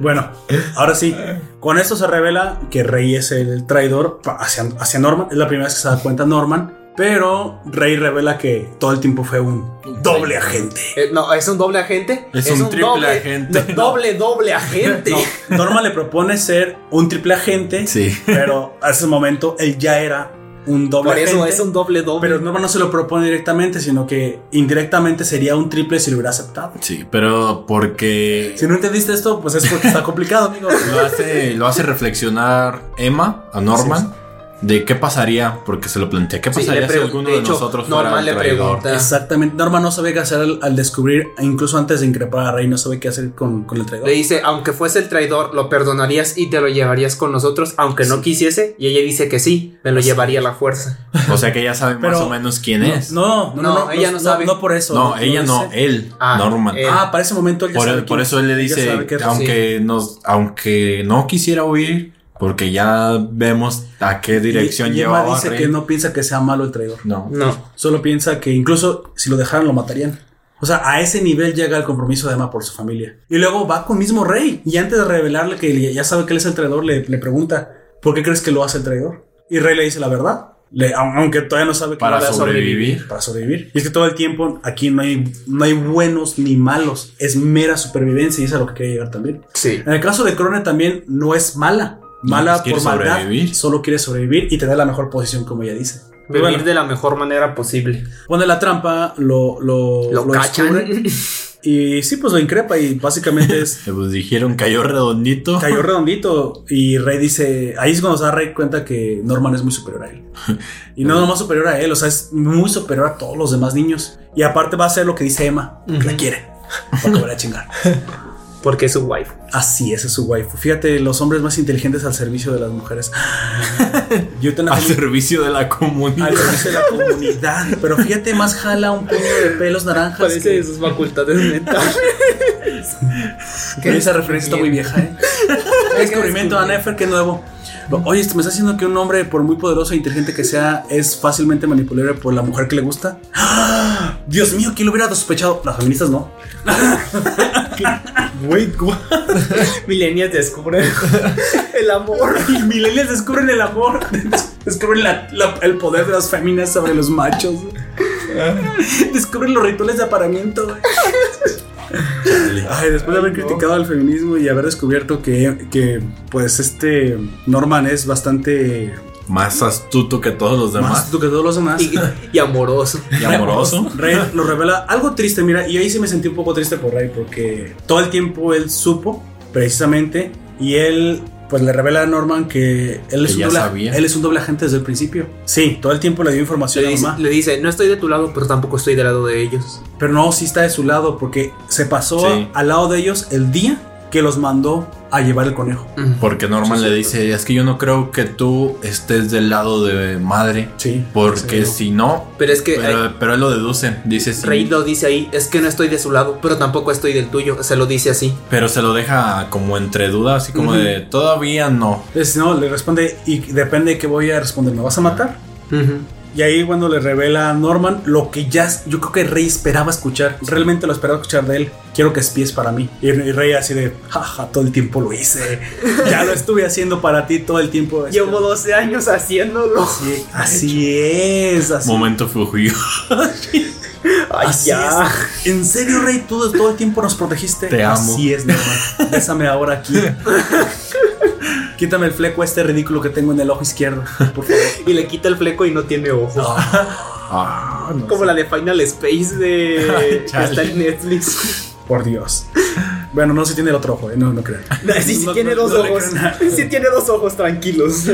Bueno, ¿Eh? ahora sí. Con esto se revela que Rey es el traidor pa- hacia, hacia Norman. Es la primera vez que se da cuenta Norman. Pero Rey revela que todo el tiempo fue un doble agente. Eh, no, es un doble agente. Es un triple agente. no, Doble, doble agente. No, [laughs] Norman le propone ser un triple agente. Sí. Pero a ese momento él ya era un doble Por eso agente. es un doble doble. Pero Norman no se lo propone directamente, sino que indirectamente sería un triple si lo hubiera aceptado. Sí, pero porque Si no entendiste esto, pues es porque está complicado, [laughs] amigo. lo hace, lo hace reflexionar Emma a Norman de qué pasaría, porque se lo plantea, qué Sí, pasaría le si pregun- alguno de de, hecho, nosotros fuera Norman el le traidor. pregunta. Exactamente. Norma no sabe qué hacer al, al descubrir, incluso antes de increpar a Rey, no sabe qué hacer con, con el traidor. Le dice, aunque fuese el traidor, lo perdonarías y te lo llevarías con nosotros, aunque no quisiese. Y ella dice que sí, me lo llevaría a la fuerza. O sea que ella sabe más Pero- o menos quién es. No, no, no, No, ella no sabe. No, por eso. No, ella no, dice. él, Ah, Norman. él. Ah, para ese momento él ya Por, e- sabe por quién- eso él le ya dice, sabe qué- aunque nos, aunque no quisiera huir, porque ya vemos a qué dirección y, y Emma llevaba. dice Rey. que no piensa que sea malo el traidor. No. No. Solo piensa que incluso si lo dejaran lo matarían. O sea, a ese nivel llega el compromiso de Emma por su familia. Y luego va con mismo Rey. Y antes de revelarle que ya sabe que él es el traidor, le, le pregunta, ¿por qué crees que lo hace el traidor? Y Rey le dice la verdad. Le- aun- aunque todavía no sabe que Para va a sobrevivir. Para sobrevivir. Y es que todo el tiempo aquí no hay, no hay buenos ni malos. Es mera supervivencia y es a lo que quiere llegar también. Sí. En el caso de Crone también no es mala. Mala pues quiere por maldad. sobrevivir. Solo quiere sobrevivir y tener la mejor posición, como ella dice. Vivir Bueno. de la mejor manera posible. Pone la trampa, lo, lo, Lo, lo cachan. descubre, [laughs] y sí, pues lo increpa y básicamente es Pues dijeron cayó redondito. cayó redondito y Rey dice, ahí es cuando se da Rey cuenta que Norman es muy superior a él. Y no nomás superior a él, o sea, es muy superior a todos los demás niños. Y aparte va a hacer lo que dice Emma, que la quiere. Porque va a chingar. Porque es su [laughs] wife. Así, ese es su waifu. Fíjate, los hombres más inteligentes al servicio de las mujeres. Yo tengo Al servicio de la comunidad. al servicio de la comunidad. Pero fíjate, más jala un puño de pelos naranjas. que- sus facultades mentales. Que esa referencia está muy vieja, [laughs] ¿eh? Descubrimiento de Nefer, que nuevo. Oye, este, ¿me estás diciendo que un hombre, por muy poderoso e inteligente que sea, es fácilmente manipulable por la mujer que le gusta? [gasps] ¡Ah! Dios mío, ¿quién lo hubiera sospechado? Las feministas [laughs] no. Wait, what? [laughs] Milenias [laughs] descubren el amor. Y milenias descubren el amor. [laughs] Descubren la- la- el poder de las féminas sobre los machos. Ah. Descubren los rituales de aparamiento. güey. Ay, después de haber criticado al feminismo y haber descubierto que, que, pues este Norman es bastante Más astuto que todos los más demás. tú que todos los demás. [laughs] Y, y amoroso. [laughs] Y amoroso. Rey lo revela algo triste, mira, y ahí sí me sentí un poco triste por Rey, porque todo el tiempo él supo, precisamente, y él, pues le revela a Norman que él es, Que un doble, ya sabía. él es un doble agente desde el principio. Sí, todo el tiempo le dio información Le a dice, mamá, le dice, no estoy de tu lado, pero tampoco estoy del lado de ellos. pero no, sí está de su lado, porque se pasó Sí. al lado de ellos el día que los mandó a llevar el conejo. Porque Norman le dice, es que yo no creo que tú estés del lado de madre. Sí. Porque si no... Pero es que eh, Pero, pero él lo deduce. Dice, sí, Rey lo dice ahí, es que no estoy de su lado, pero tampoco estoy del tuyo. Se lo dice así. Pero se lo deja como entre dudas, así como Ujú. de todavía no. Entonces, no, le responde, y depende de qué voy a responder, ¿me vas a matar? Y ahí cuando le revela a Norman lo que ya yo creo que Rey esperaba escuchar. Realmente lo esperaba escuchar de él. Quiero que espíes para mí. Y, y Rey así de, jaja, todo el tiempo lo hice. Ya lo estuve haciendo para ti todo el tiempo. Llevo 12 [laughs] años haciéndolo. Así, así es. Así, Momento Fuji. Ay, así ya. es. En serio, Rey, todo, todo el tiempo nos protegiste. Te amo. Así es, Norman. Bésame ahora aquí. Quítame el fleco este ridículo que tengo en el ojo izquierdo, por favor. Y le quita el fleco y no tiene ojos. [laughs] Ah, no Como sé. la de Final Space [laughs] de que está en Netflix. Por Dios. Bueno, no se tiene el otro ojo, eh, no, no crean. [laughs] No, sí, sí No, tiene no, dos no le ojos. creo nada. [laughs] Sí tiene dos ojos, tranquilos.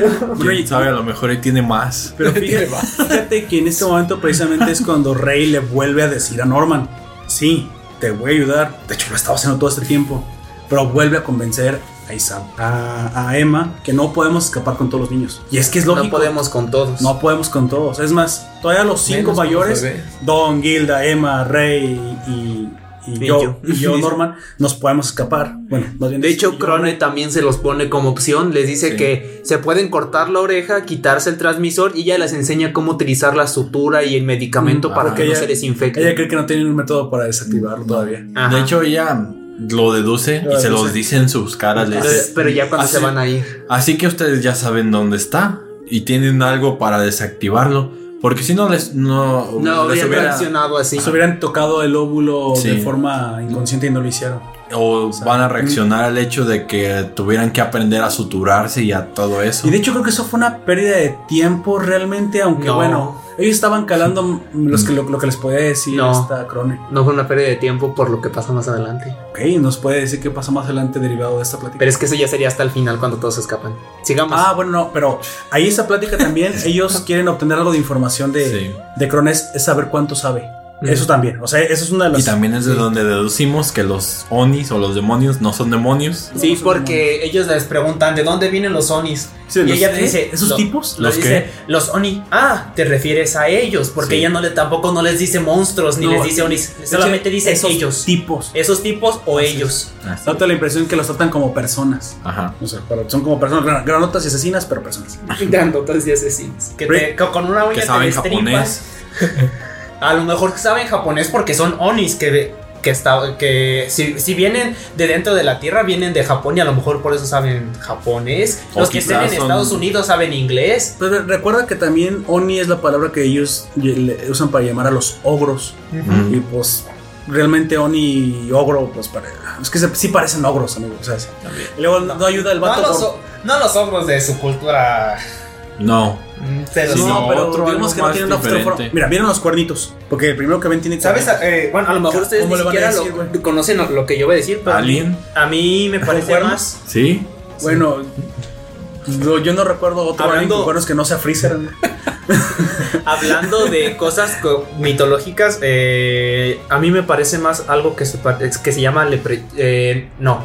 ¿Quién sabe? A lo mejor él tiene más. Pero fíjate, fíjate que en este momento precisamente es cuando Rey le vuelve a decir a Norman, sí, te voy a ayudar, de hecho lo he estado haciendo todo este tiempo, pero vuelve a convencer a Isab, a, a Emma, que no podemos escapar con todos los niños. Y es que es lógico. No podemos con todos. No podemos con todos. Es más, todavía los cinco Menos con mayores, los bebés. Don, Gilda, Emma, Rey y, y Y yo, yo. y [laughs] yo, Norman, nos podemos escapar. Bueno, más bien De dicho, hecho, yo- Crone también se los pone como opción. Les dice Sí. que se pueden cortar la oreja, quitarse el transmisor y ella les enseña cómo utilizar la sutura y el medicamento Mm, para ah, que ella- no se les infecte. Ella cree que no tienen un método para desactivarlo todavía. Ajá. De hecho, ella lo deduce Lo y se los deduce. dice en sus caras. les Entonces, dice, pero ya cuando se así- van a ir. Así que ustedes ya saben dónde está y tienen algo para desactivarlo. Porque si no les no, No les habrían hubiera- reaccionado así. Se hubieran tocado el óvulo de Sí. forma inconsciente y no lo hicieron. o van a reaccionar al hecho de que tuvieran que aprender a suturarse y a todo eso. Y de hecho creo que eso fue una pérdida de tiempo realmente, aunque No. bueno, ellos estaban calando los que, lo, lo que les podía decir No. esta Crone. No fue una pérdida de tiempo por lo que pasa más adelante. Ok, nos puede decir qué pasa más adelante derivado de esta plática. Pero es que eso ya sería hasta el final cuando todos escapan. Sigamos. Ah, bueno, no, pero ahí esa plática también, ellos quieren obtener algo de información de, Sí. de Crones, es saber cuánto sabe. Mm. Eso también, o sea, eso es una de las... Y también es de Sí. donde deducimos que los onis o los demonios no son demonios. Sí, porque ellos les preguntan de dónde vienen los Onis. Sí, y los- ella te ¿eh? dice, ¿Esos lo- tipos? Los ¿Los dice, los Oni. Ah, te refieres a ellos, porque Sí. ella no le tampoco no les dice monstruos ni No, les dice Onis, solamente dice esos ellos. tipos. esos tipos o Así ellos. Así. Date la impresión que los tratan como personas. Ajá. O sea, pero son como personas, gran- granotas y asesinas, pero personas. [laughs] Grandotas y asesinos. Que te- co- con una uña Que te saben destripan. japonés. [laughs] A lo mejor saben japonés porque son Onis que que está que si, si vienen de dentro de la tierra vienen de Japón y a lo mejor por eso saben japonés. O los que estén en quizás son- Estados Unidos saben inglés. Pero recuerda que también Oni es la palabra que ellos ye- le- usan para llamar a los ogros. Mm. Y pues realmente Oni y ogro, pues para, es que se- sí parecen ogros, amigos. O sea, sí. Y luego no, ayuda el No a vato. los, por- o- no a los ogros de su cultura. No. mm, se los- Sí, no, no, pero otro, digamos algo que no más tienen una diferente. forma. Mira, vieron los cuernitos. Porque el primero que ven tiene ¿Sabes? cuernitos. Eh, bueno, a lo mejor ustedes ¿Cómo ni le van a siquiera decir, lo- güey? conocen lo que yo voy a decir, pero Alien. a mí [laughs] me parece cuernos? más. Sí. Bueno, lo- yo no recuerdo otro Hablando- anime con cuernos que no sea Freezer. Hablando de cosas co- mitológicas, eh, a mí me parece más algo que se, par- es que se llama lepre... eh, no,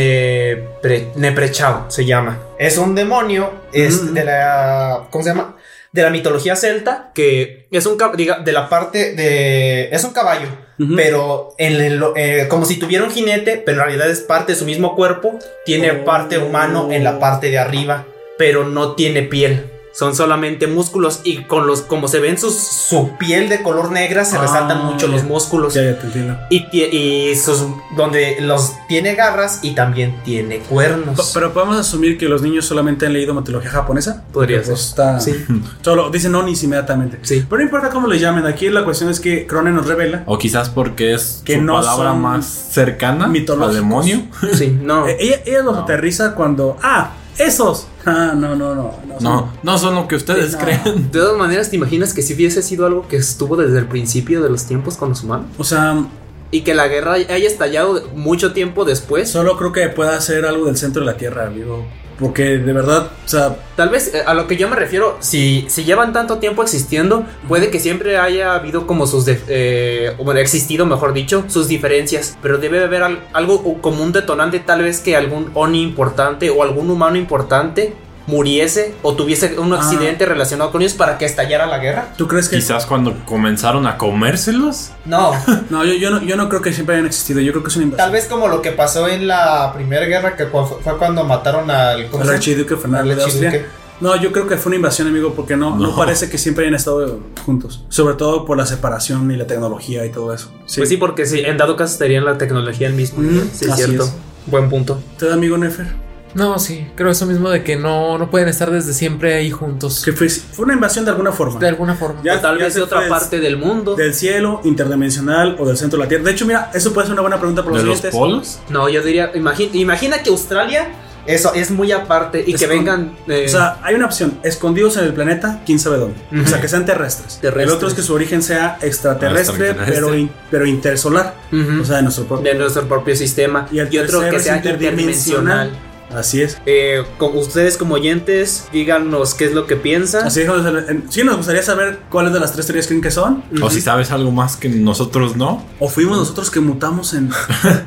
nepre, neprechao se llama. Es un demonio, es Mm. de la... ¿Cómo se llama? De la mitología celta, que es un... cab- diga, de la parte de... Es un caballo, Ujú. pero en el- eh, como si tuviera un jinete, pero en realidad es parte de su mismo cuerpo, tiene Oh. parte humano en la parte de arriba, pero no tiene piel. Son solamente músculos y con los como se ven sus su piel de color negra se Ah, resaltan mucho los ya. músculos Ya, ya te entiendo. y, tie- y sus donde los tiene garras y también tiene Pa- cuernos. Pero podemos asumir que los niños solamente han leído mitología japonesa. podría Pues ser. está. Sí. [laughs] Solo dicen onis inmediatamente. Sí. Pero no importa cómo le llamen. Aquí la cuestión es que Cronen nos revela. O quizás porque es Que su no palabra son más cercana mitológicos. al demonio. Sí, [laughs] no. Eh, ella ella los No. aterriza cuando. ¡Ah! ¡Esos! [laughs] Ah, no, no, no. No. No, no son lo que ustedes No. creen. De todas maneras, ¿te imaginas que si hubiese sido algo que estuvo desde el principio de los tiempos con los humanos? O sea, Y que la guerra haya estallado mucho tiempo después. solo creo que pueda hacer algo del centro de la tierra, amigo. Porque de verdad, o sea, Tal vez eh, a lo que yo me refiero, si, si llevan tanto tiempo existiendo, puede que siempre haya habido como sus... de- eh, bueno, existido, mejor dicho, sus diferencias. Pero debe haber al- algo o- como un detonante, tal vez que algún Oni importante o algún humano importante muriese o tuviese un Ah. accidente relacionado con ellos para que estallara la guerra. ¿tú crees que.? Quizás cuando comenzaron a comérselos. No, No, yo, yo no, yo no creo que siempre hayan existido. Yo creo que es una tal invasión. vez como lo que pasó en la primera guerra que cu- fue cuando mataron al ¿cómo Al se llama? archiduque Al Fernando de archiduque. Austria. No, yo creo que fue una invasión, amigo, porque no, no. No. parece que siempre hayan estado juntos. Sobre todo por la separación y la tecnología y todo eso. Pues sí, porque sí, en dado caso estaría en la tecnología el mismo. Mm, sí, es así cierto. es. Buen punto. ¿Te da amigo Nefer? No, sí, creo eso mismo de que no, no pueden estar desde siempre ahí juntos. Que fue, fue una invasión de alguna forma. De alguna forma. Ya- o tal ya vez se de otra fue, parte del mundo. Del cielo, interdimensional o del centro de la Tierra. De hecho, mira, eso puede ser una buena pregunta para los ¿De los siguientes. polos? No, yo diría, imagina, imagina que Australia eso es muy aparte y Es que con- vengan eh, O sea, hay una opción, escondidos en el planeta, quién sabe dónde. O sea, que sean terrestres. Terrestres. El otro es que su origen sea extraterrestre, Ah, Extraterrestre. Pero, in- pero intersolar. eh, ujú, O sea, de nuestro propio. de nuestro propio sistema y, Y el otro tercero que es sea interdimensional. interdimensional. Así es. Eh, con ustedes como oyentes, díganos qué es lo que piensan. Así es. o sea, en- Sí, nos gustaría saber cuáles de las tres teorías creen que son. Ujú. O si sabes algo más que nosotros no, O fuimos nosotros que mutamos en. Eh,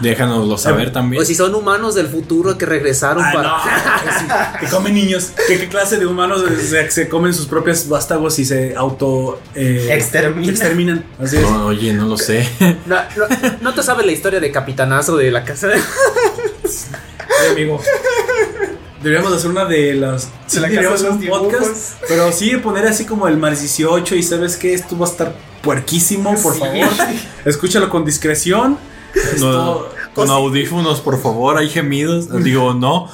déjanoslo saber también. O si son humanos del futuro que regresaron Ah, Ay, para. Ah, no, que Pues sí, que comen niños. ¿Qué, qué clase de humanos se, se comen sus propios vástagos y se auto. eh, Extermina. exterminan? Así es. No, oye, no lo sé. [laughs] No, no- no te sabes la historia de capitanazo de la [laughs] casa. Oye, amigo. Deberíamos hacer una de las. Se la deberíamos casa hacer de los dibujos. Pero sí, poner así como el más 18 y sabes que esto va a estar puerquísimo, por favor. Escúchalo con discreción. No, Esto- con audífonos, por favor, hay gemidos. [laughs] Digo, no.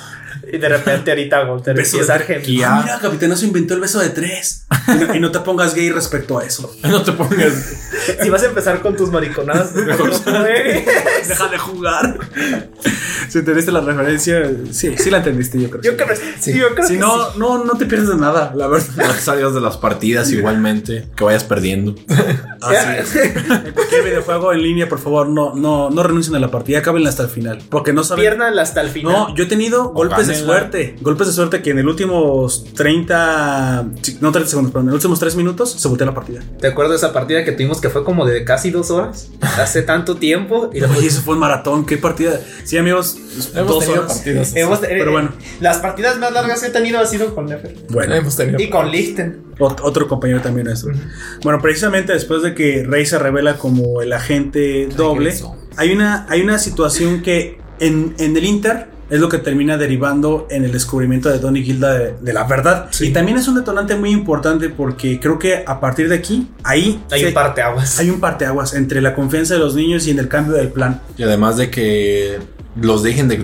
Y de repente ahorita Walter Beso empieza a de gemir. Ah, Ya. mira, Capitanazo inventó el beso de tres. Y no, y no te pongas gay respecto a eso. No te pongas. Si vas a empezar con tus mariconadas, [laughs] mejor no juegues. Deja de jugar. Si entendiste la referencia, sí, sí la entendiste, yo creo. yo creo, yo creo si que no, no, no te pierdes de nada, la verdad. No salgas de las partidas igualmente. Que vayas perdiendo. Así es. [laughs] En cualquier videojuego en línea, por favor, no, no, no renuncien a la partida, acábenla hasta el final. Porque no saben. pierdan hasta el final. No, yo he tenido golpes de gánenla. suerte. Golpes de suerte que en el últimos 30. sí, No 30 segundos, perdón. En los últimos 3 minutos se volteó la partida. ¿Te acuerdas de esa partida que tuvimos que fue como de casi dos horas? Hace tanto tiempo. Y la [laughs] Oye, eso fue un maratón. Qué partida. Sí, amigos. dos tenido horas. partidas. Hemos- Pero bueno. Las partidas más largas que he tenido ha sido con Nefer. Bueno, Hemos tenido. Y con Lichten. ot- otro compañero también nuestro. Bueno, precisamente después de que Rey se revela como el agente doble, Regresó. [laughs] hay una, hay una situación que en, en el Inter es lo que termina derivando en el descubrimiento de Don y Gilda de, de la verdad. Y también es un detonante muy importante porque creo que a partir de aquí, ahí Hay se- un parteaguas. Hay un parteaguas entre la confianza de los niños y en el cambio del plan. Y además de que los dejen de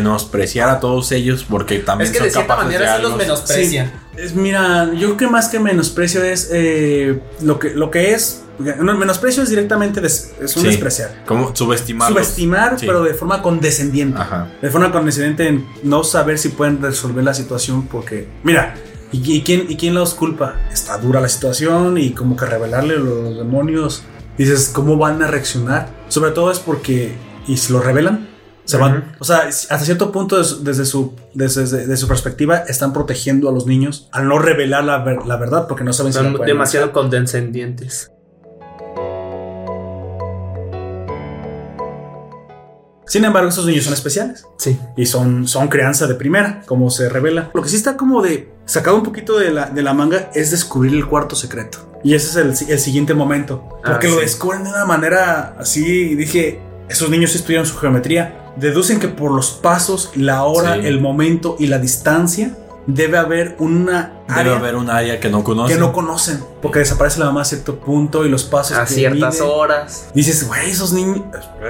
menospreciar a todos ellos porque también Es que son de cierta capaces manera sí los algo. menosprecian. Es, mira, yo creo que más que menosprecio es eh, lo, que, lo que es. No, menosprecio es directamente des- es un Sí. despreciar. Como subestimarlos. Subestimar, Sí. pero de forma condescendiente. Ajá. De forma condescendiente en no saber si pueden resolver la situación porque, mira, ¿y, y quién, ¿y quién los culpa? Está dura la situación y como que revelarle a los demonios. Dices, ¿cómo van a reaccionar? Sobre todo es porque, ¿y si lo revelan? Se van. O sea, es- hasta cierto punto es- desde, su, desde, desde- de su perspectiva están protegiendo a los niños al no revelar la, ver- la verdad porque no saben si la Son pueden- demasiado condescendientes. Sin embargo, esos niños son especiales. Sí. y son, son crianza de primera, como se revela. Lo que sí está como de sacado un poquito de la, de la manga es descubrir el cuarto secreto. Y ese es el, si- el siguiente momento. Ah, Porque lo sí. descubren de una manera así. y Dije, esos niños sí estudian su geometría. Deducen que por los pasos, la hora, Sí. el momento y la distancia debe haber una Debe área haber un área que no que conocen. no conocen. Porque desaparece la mamá a cierto punto y los pasos. A que ciertas mide. horas. Dices, güey, esos niños.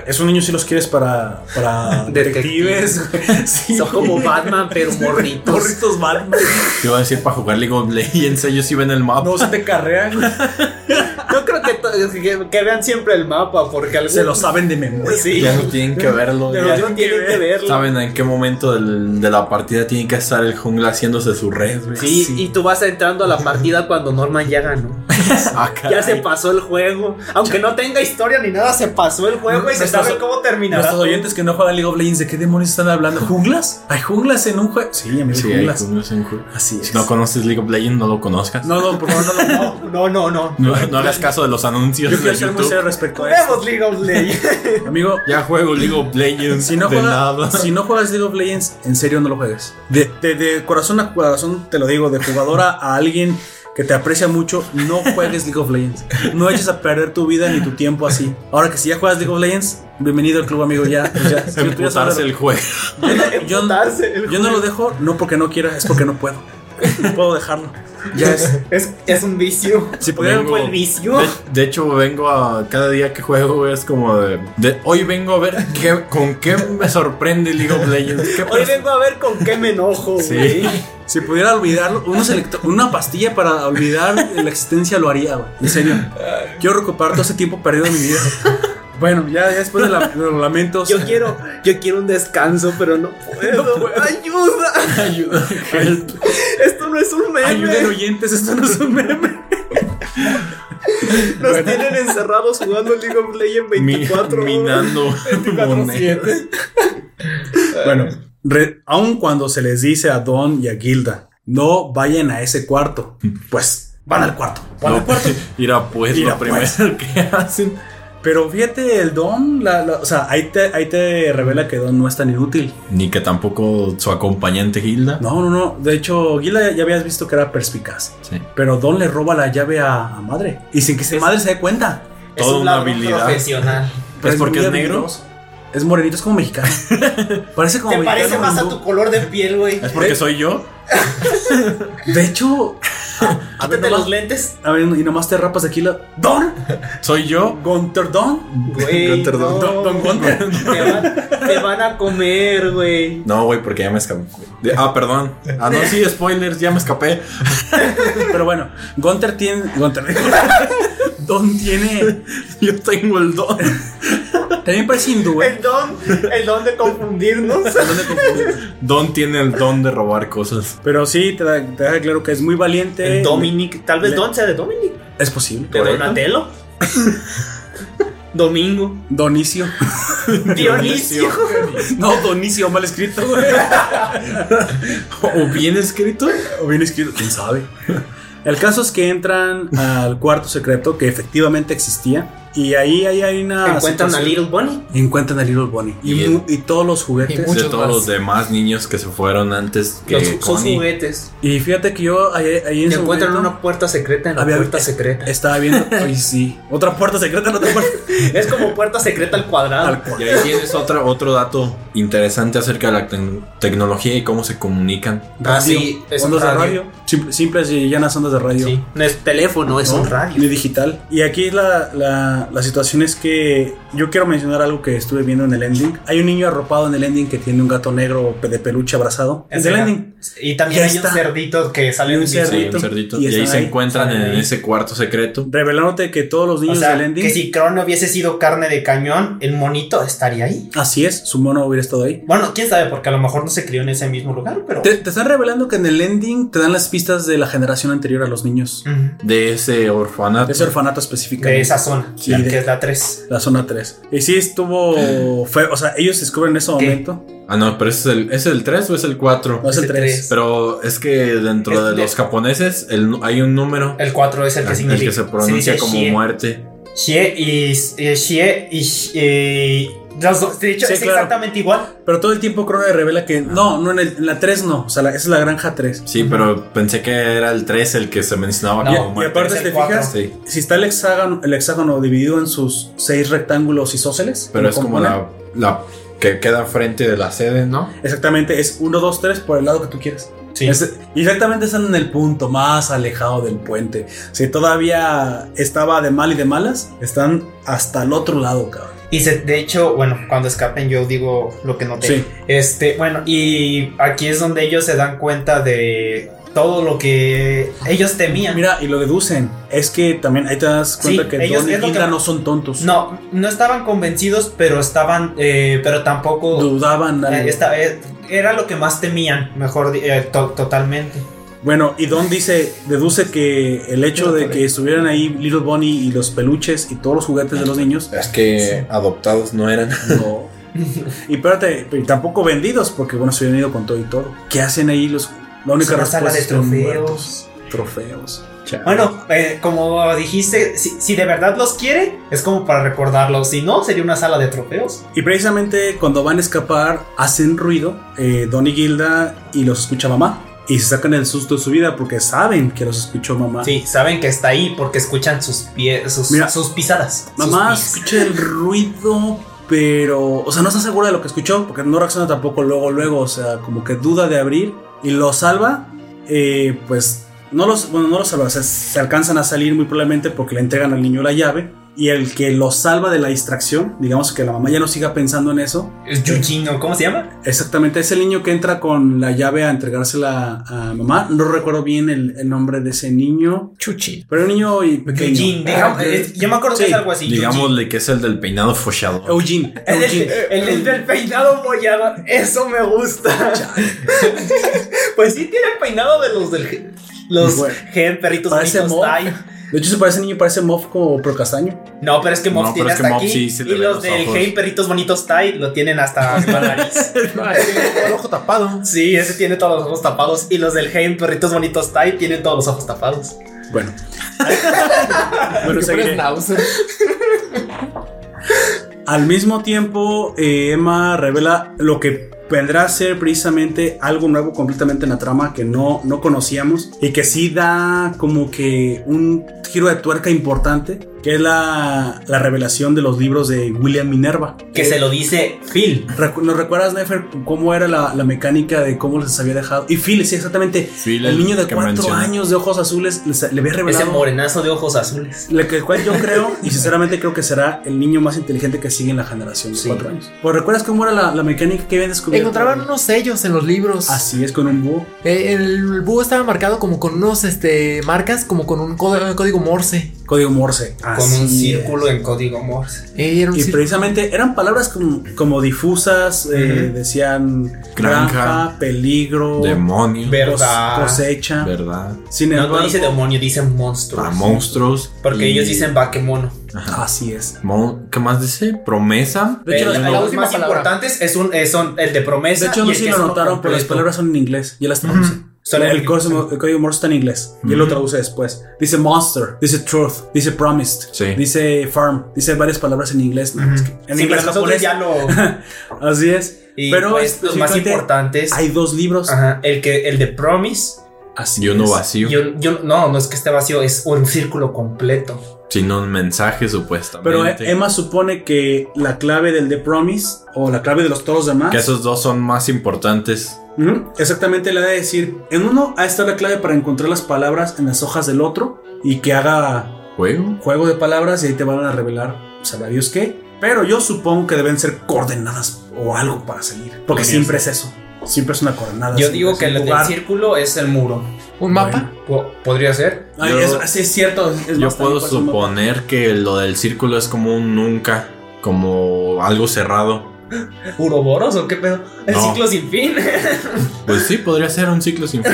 Esos niños sí los quieres para. para [laughs] detectives. güey. [laughs] Sí. Son como Batman, pero morritos. Morritos mal. Te iba a decir para jugar League of Legends, ellos sí ven el mapa. No se te carrean. Yo creo que, to- que- que vean siempre el mapa, porque [laughs] algo se lo saben de memoria. Sí. Ya no tienen que verlo. Pero ya yo- no tienen que verlo. Saben en qué momento del- de la partida tiene que estar el jungla haciéndose su red. güey. Sí, Sí. y tú vas entrando a la partida cuando Norman ya ganó. Ah, Ya caray. se pasó el juego. Aunque no tenga historia ni nada, se pasó el juego y se Nuestros- sabe cómo terminará. Nuestros oyentes que no juegan League of Legends, ¿de qué demonios están hablando? ¿Junglas? ¿Hay junglas en un juego? Sí, amigo, Sí, hay junglas. junglas en ju- Así es. Si no conoces League of Legends, no lo conozcas. No, no, no, por favor, no lo no. No, no, no. no hagas caso de los anuncios Yo de quiero ser muy YouTube. serio respecto a eso. Vemos League of Legends. Amigo, Ya juego League of Legends. si no, de juegas, nada. [laughs] si no juegas League of Legends, en serio no lo juegues. De, de- de corazón a corazón te lo digo, de [laughs] jugadora a alguien que te aprecia mucho, no juegues League of Legends. No eches a perder tu vida ni tu tiempo así. Ahora que si ya juegas League of Legends, bienvenido al club, amigo. Ya, pues [laughs] ya. Si tú ya sabes- Emputarse el juego. [laughs] Yo, yo no lo dejo, no porque no quiera, es porque no puedo. Puedo dejarlo. [laughs] Ya es. Es, es un vicio. Si pudiera, Vengo- el vicio. de, de hecho, vengo a. Cada día que juego güey, es como de. de- hoy vengo a ver qué, con qué me sorprende League of Legends. ¿Qué Hoy pasa? vengo a ver con qué me enojo, Sí. güey. [laughs] si pudiera olvidarlo, unos electro- una pastilla para olvidar la existencia lo haría, güey. En serio. Quiero recuperar todo ese tiempo perdido en mi vida. Bueno, ya, ya después de, la- de los lamentos. Yo quiero, yo quiero un descanso, pero no puedo. ¡Ayuda! Ayuda. help. Esto no es un meme. Ayuden oyentes, esto no es un meme. Nos tienen encerrados jugando League of Legends Mi- 24 horas. [laughs] minando monedas. Bueno, re- aun cuando se les dice a Don y a Gilda, no vayan a ese cuarto, pues van al cuarto. Van al No, cuarto. ir a pues Ir a lo primero que hacen. Pero fíjate, el Don, la- la- o sea, ahí te, ahí te revela que Don no es tan inútil. Ni que tampoco su acompañante Gilda. No, no, no. De hecho, Gilda ya, ya habías visto que era perspicaz. Sí. Pero Don le roba la llave a, a madre. Y sin que se madre se dé cuenta. Toda un una ladrón habilidad. Profesional. Pero ¿Es porque muy es negro? habilidoso. Es morenito, es como mexicano. parece como Te parece mexicano más a hindú. tu color de piel, güey. ¿Es ¿Eh? porque soy yo? De hecho, a, a ver, Quítate nomás- los lentes, a ver, y nomás te rapas aquí la. ¡Don! ¿Soy yo? Gunter Don. güey. Gunter, no. don- don Gunter. Te van, te van a comer, güey. No, güey, porque ya me escapé. De- Ah, perdón. Ah, no, sí, spoilers, ya me escapé. Pero bueno, Gunter tiene. Gunter. [laughs] Don tiene. Yo tengo el don. También parece hindú, güey. El don, el don de confundirnos. [laughs] Don de confundir. Don tiene el don de robar cosas. [laughs] Pero sí, te da- te deja claro que es muy valiente. El Dominic, tal vez Don sea de Dominic. Es posible. De Donatello. [laughs] Domingo. Donicio. [laughs] Dionisio. No, Donicio, mal escrito, güey. ¿O bien escrito? O bien escrito, quién sabe. [laughs] El caso es que entran al cuarto secreto que efectivamente existía. Y ahí, ahí hay una. Encuentran a situación- Little Bunny. Encuentran a Little Bunny. Y, Y el- mu- y todos los juguetes. y De Muchos todos más. los demás niños que se fueron antes que Los- Son Connie. juguetes. Y fíjate que yo ahí, ahí en Y su encuentran momento una puerta secreta en la había- puerta secreta. Estaba viendo. Ay, sí. Otra puerta secreta, no te [laughs] Es como puerta secreta al Tal cuadrado. cual. Y ahí tienes otra, otro dato interesante acerca de la tec- tecnología y cómo se comunican. Ah, sí, es un ondas de radio. radio. Simple- simples y llanas ondas de radio. Sí. No es teléfono, es ¿no? un radio. Ni digital. Y aquí la, la, la situación es que yo quiero mencionar algo que estuve viendo en el ending. Hay un niño arropado en el ending que tiene un gato negro de peluche abrazado. En Es el verdad. ending. Y también Ya hay está. un cerdito que sale Y un un cerdito. Sí, cerdito. un cerdito. Y Y, ahí están se ahí. encuentran Están en ahí. ese cuarto secreto. Revelándote que todos los O niños sea, del ending. que si Crono hubiese sido carne de cañón, el monito estaría ahí. Así es, su mono hubiera estado ahí. Bueno, quién sabe, porque a lo mejor no se crió en ese mismo lugar, pero. Te, te están revelando que en el ending te dan las pistas de la generación anterior a los niños. Ujú. De ese orfanato. De ese orfanato Mm. De específicamente. esa zona, Sí, la de- que es la 3. La zona 3. Y sí estuvo [laughs] feo. O sea, ellos descubren en ese ¿Qué? momento. Ah, no, pero ese es el, ¿es el 3 o es el 4? No es el Ese 3. tres. Pero es que dentro Es de, de- los japoneses el nu- hay un número El 4 Ah, es el que el, significa. que se pronuncia dice como Xie. muerte. Xie y. eh, Xie y. eh, los dos- de hecho, Sí, es claro. exactamente igual. Pero todo el tiempo Crono revela Ah. que no, no en, el- en la 3 no. O sea, la- esa es la granja 3. Sí, pero pensé que era el 3 el que se mencionaba No, como y muerte. aparte, es el te cuatro. fijas, Sí, si está el hexágono, el hexágono dividido en sus seis rectángulos isósceles. pero es como componen. la, la que queda frente de la sede, ¿no? Exactamente, es 1, 2, 3 por el lado que tú quieres. Sí. Es- exactamente están en el punto más alejado del puente. Si todavía estaba de mal y de malas, están hasta el otro lado, cabrón. Y se- de hecho, bueno, cuando escapen, yo digo lo que noté. Sí. Este, bueno, y aquí es donde ellos se dan cuenta de todo lo que ellos temían. Mira, y lo deducen. Es que también ahí te das cuenta Sí, que ellos- Don y es lo que- Hilda no son tontos. No, no estaban convencidos, pero estaban. eh, pero tampoco. Dudaban. eh, algo. esta- eh, era lo que más temían, mejor di- eh, to- totalmente. Bueno, y Don dice, deduce que el hecho de que estuvieran ahí Little Bonnie y los peluches y todos los juguetes de los niños. Es que adoptados no eran. [laughs] No. Y espérate, y tampoco vendidos, porque bueno, se hubieran ido con todo y todo. ¿Qué hacen ahí los.? La Es única una respuesta sala de es que están muertos. trofeos. Trofeos. Bueno, eh, como dijiste, si, si de verdad los quiere, es como para recordarlos. Si no, sería una sala de trofeos. Y precisamente cuando van a escapar, hacen ruido eh, Don y Gilda y los escucha mamá. Y se sacan el susto de su vida porque saben que los escuchó mamá. Sí, saben que está ahí porque escuchan sus pies, sus, Mira. sus pisadas. sus Mamá pies. escucha el ruido, pero. O sea, no está segura de lo que escuchó, porque no reacciona tampoco luego, luego. O sea, como que duda de abrir y lo salva. eh, pues no los, bueno, no los salva, o sea, se alcanzan a salir muy probablemente porque le entregan al niño la llave. Y el que los salva de la distracción, digamos que la mamá ya no siga pensando en eso, Es Yujin, ¿cómo se llama? Exactamente, es el niño que entra con la llave a entregársela a mamá. No recuerdo bien el, el nombre de ese niño, Chuchi. pero un niño y pequeño. Ah, Yujin, digamos, eh, es- yo me acuerdo Sí, que es algo así. Yujin. Digámosle que es el del peinado fochado. Eugene. El, Eugene. el- el del peinado bollado, eso me gusta. [laughs] pues sí tiene el peinado de los del los Güey. gen perritos Parece bonitos, Moff. ay. De hecho, se parece niño, parece Moff como Pro Castaño. No, pero es que Moff No, tiene pero es que hasta Moff aquí. sí se le y ven los los del ojos. Hey Perritos Bonitos Tai lo [laughs] tienen hasta hasta la nariz. [laughs] El ojo tapado. Sí, ese tiene todos los ojos tapados. Y los del Hey Perritos Bonitos Tai tienen todos los ojos tapados. Bueno. bueno, Siempre seguiré. es náusea. Al mismo tiempo, eh, Emma revela lo que vendrá a ser precisamente algo nuevo completamente en la trama que no, no conocíamos y que sí da como que un giro de tuerca importante, que es la, la revelación de los libros de William Minerva. Que se lo dice Phil. Recu- ¿Nos recuerdas, Nefer, cómo era la, la mecánica de cómo les había dejado? Y Phil, sí, exactamente. Phil, el el niño de que cuatro menciona. años de ojos azules les- le había Ese revelado morenazo de ojos azules. la que- el cual yo creo, y sinceramente creo que será el niño más inteligente que sigue en la generación de Sí. 4 años. Pues recuerdas cómo era la, la mecánica que habían descubierto. Encontraban unos sellos en los libros. Ah, Así es, con un búho. Eh, El búho estaba marcado como con unos este, marcas, como con un código, código morse. Código Morse. Con Así un es. círculo en código Morse. Eh, era un Y cir- precisamente eran palabras como, como difusas, eh, Ujú. decían granja, Granja, peligro, Demonio. Ver- cos- Verdad. cosecha. ¿Verdad? Sin No, embargo, no dice demonio, dicen monstruos. A Ah, monstruos. Porque y- ellos dicen vaquemono. Ajá. así es. Mon- ¿Qué más dice? Promesa. De hecho, Pero la- los la última más palabra. importantes es un, eh, son el de promesa. De hecho, y no el sé si que lo es uno notaron, pero las completo. palabras son en inglés. Ya las traduce. Son en el, inglés. código, el código Morse está en inglés. Y él lo traduce después. Dice monster, dice truth, dice promised, Sí. dice farm, dice varias palabras en inglés. ¿no? Es que En Sí, inglés pero japonés. nosotros ya lo. [laughs] Así es. Y pero pues, los más específicamente, importantes. Hay dos libros. Ajá, el, que, el de Promise. Así Y uno es. vacío. Yo, yo- no, no es que esté vacío, es un [laughs] círculo completo. Sin un mensaje, supuestamente. Pero eh, Emma supone que la clave del The Promise o la clave de los todos demás. Que esos dos son más importantes. Ujú, Exactamente, le ha de decir: en uno ha de estar la clave para encontrar las palabras en las hojas del otro y que haga Juego. juego de palabras y ahí te van a revelar, sabrá Dios qué. Pero yo supongo que deben ser coordenadas o algo para salir. Porque Podría siempre es eso. Siempre es una coordenada. Yo siempre digo Ah, es que un el del lugar. círculo es el muro. un mapa. Po- Podría ser. Ay, Yo- eso- sí, es cierto. es- es Yo más, también puede puedo ser un- suponer que lo del círculo es como un nunca, como algo cerrado. ¿Uroboros o qué pedo? [laughs] El No. ciclo sin fin. [laughs] Pues sí, podría ser un ciclo sin fin.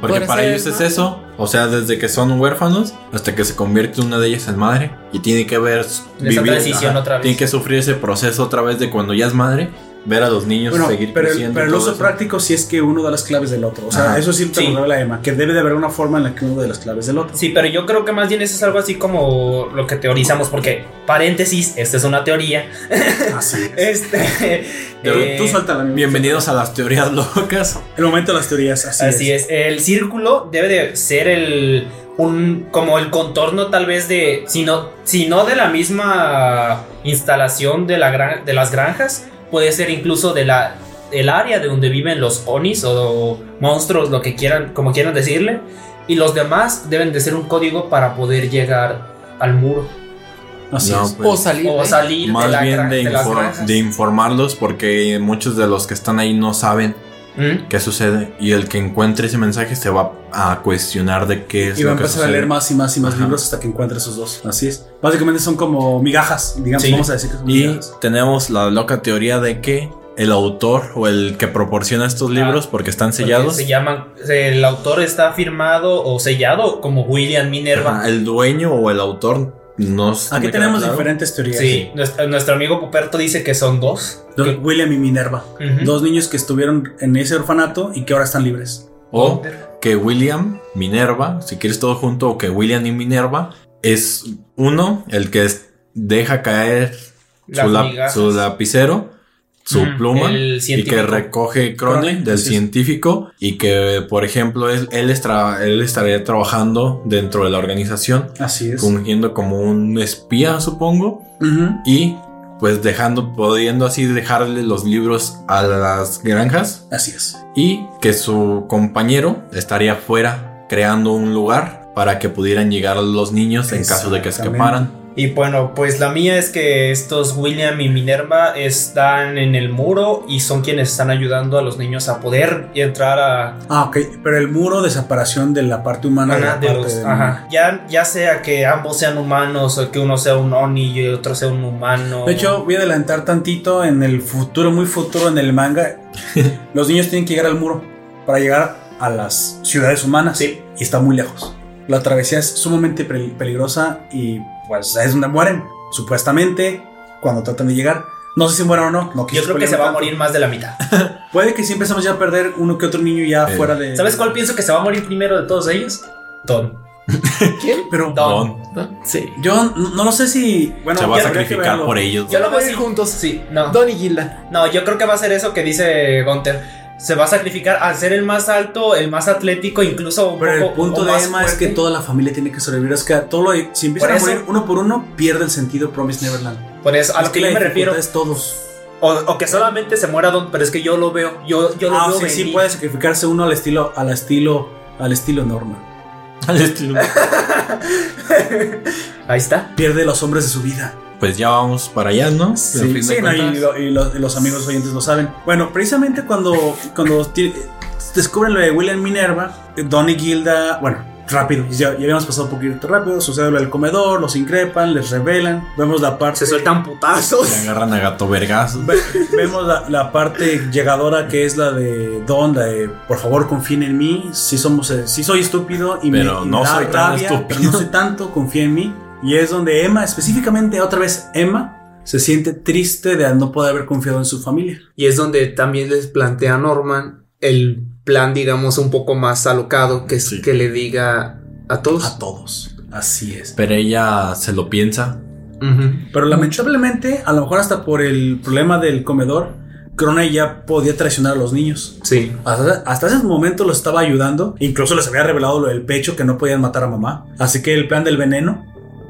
Porque Podría para ser, ellos es ¿no? eso. O sea, desde que son huérfanos hasta que se convierte una de ellas en madre. Y tiene que ver. transición otra vez. Tiene que sufrir ese proceso otra vez de cuando ya es madre. Ver a los niños Bueno, seguir pero, el, creciendo. pero el todo uso eso. práctico sí es que uno da las claves del otro. O sea, Ajá. eso sí te Sí. lo revela Emma, que debe de haber una forma en la que uno de las claves del [laughs] otro. Sí, pero yo creo que más bien eso es algo así como lo que teorizamos, porque, paréntesis, esta es una teoría. [laughs] Ah, Así es. Este. Pero eh, Tú suelta la Bienvenidos a las teorías locas. El momento de las teorías, así, Así es. es. El círculo debe de ser el. Un, como el contorno tal vez de. Si no, si no de la misma instalación de, la gran- de las granjas. Puede ser incluso de la. El área de donde viven los onis o monstruos, lo que quieran, como quieran decirle. Y los demás deben de ser un código para poder llegar al muro. Así No, es. pues, o salir. O ¿eh? salir de, Más la gran- bien de, de las infor- granjas. de informarlos porque muchos de los que están ahí no saben ¿Mm? qué sucede y el que encuentre ese mensaje se va a cuestionar de qué es Y va lo a que empezar a sucede. leer más y más y más Ajá. libros hasta que encuentre esos dos. Así es. Básicamente son como migajas, digamos, Sí. vamos a decir que son Y migajas. tenemos la loca teoría de que el autor o el que proporciona estos Ah, libros porque están Porque sellados, Se llaman. El autor está firmado o sellado como William Minerva. ajá, el dueño o el autor nos Aquí me queda tenemos claro. diferentes teorías. Sí, nuestro, nuestro amigo Puperto dice que son dos. Don Que- William y Minerva, Ujú. dos niños que estuvieron en ese orfanato y que ahora están libres. o que William Minerva, si quieres todo junto, o que William y Minerva es uno el que es- deja caer Las su, lap- migajas. su lapicero, su Mm, pluma el y que científico. recoge Crone Crone, del así es. científico y que, por ejemplo, él, él, estra- él estaría trabajando dentro de la organización, Así es. fungiendo como un espía, supongo, Ujú. y pues dejando, pudiendo así dejarle los libros a las granjas Así es. y que su compañero estaría fuera creando un lugar para que pudieran llegar los niños en caso de que escaparan. Y bueno, pues la mía es que estos William y Minerva están en el muro y son quienes están ayudando a los niños a poder entrar a... Ah, ok. Pero el muro de separación de la parte humana de Ah, la de parte los- del- ajá. Ya, ya sea que ambos sean humanos o que uno sea un Oni y otro sea un humano. De hecho, voy a adelantar tantito en el futuro, muy futuro en el [laughs] manga. los niños tienen que llegar al muro para llegar a las ciudades humanas. Sí. Y está muy lejos. La travesía es sumamente pel- peligrosa y pues es donde mueren, supuestamente, cuando tratan de llegar. No sé si mueren o no. no yo quise creo que spoilear se va a tanto. morir más de la mitad. Puede que sí empezamos ya a perder uno que otro niño ya Eh, fuera de... ¿Sabes cuál pienso que se va a morir primero de todos ellos? Don. ¿Quién? Pero Don. Don. Sí. yo no, no lo sé si... Bueno, Se va a ya habría que sacrificar verlo. por ellos. Yo lo Van veo a ir así. juntos. Sí, no. Don y Gilda. No, yo creo que va a ser eso que dice Gunter. Se va a sacrificar al ser el más alto, el más atlético, incluso un Pero el poco- punto o de más Emma es que fuerte. toda la familia tiene que sobrevivir. Es que a todo lo- si empiezan Por a eso- morir uno por uno, pierde el sentido Promise Neverland. Por eso, a Es lo que yo la me refiero. dificultad Es todos. O, o que solamente se muera Don, pero es que yo lo veo. Yo, yo lo Ah, veo. sí, sí, venir. puede sacrificarse uno al estilo, al estilo, al estilo Norman. Al estilo. Ahí está. Pierde los hombres de su vida. Pues ya vamos para allá, ¿no? Al fin de sí, no, cuentas. y, lo- y lo- y los amigos oyentes lo saben. Bueno, precisamente cuando, cuando ti- descubren lo de William Minerva, Donnie Gilda, bueno, rápido, ya, ya habíamos pasado un poquito rápido, sucede lo del comedor, los increpan, les revelan, vemos la parte... Se sueltan putazos. Le agarran a gato vergazos. Ve- Vemos la, la parte llegadora que es la de Don, la de por favor confíen en mí, si somos, eh, si soy estúpido y Pero me, y no me da soy tan rabia, estúpido. pero no soy tanto, confía en mí. Y es donde Emma, específicamente otra vez Emma, se siente triste de no poder haber confiado en su familia. Y es donde también les plantea a Norman el plan, digamos, un poco más alocado, que es Sí. que le diga a todos. A todos, así es. Pero ella se lo piensa. Ujú. Pero lamentablemente, a lo mejor hasta por el problema del comedor, Crone ya podía traicionar a los niños. Sí. Hasta, hasta ese momento los estaba ayudando. Incluso les había revelado lo del pecho que no podían matar a mamá. Así que el plan del veneno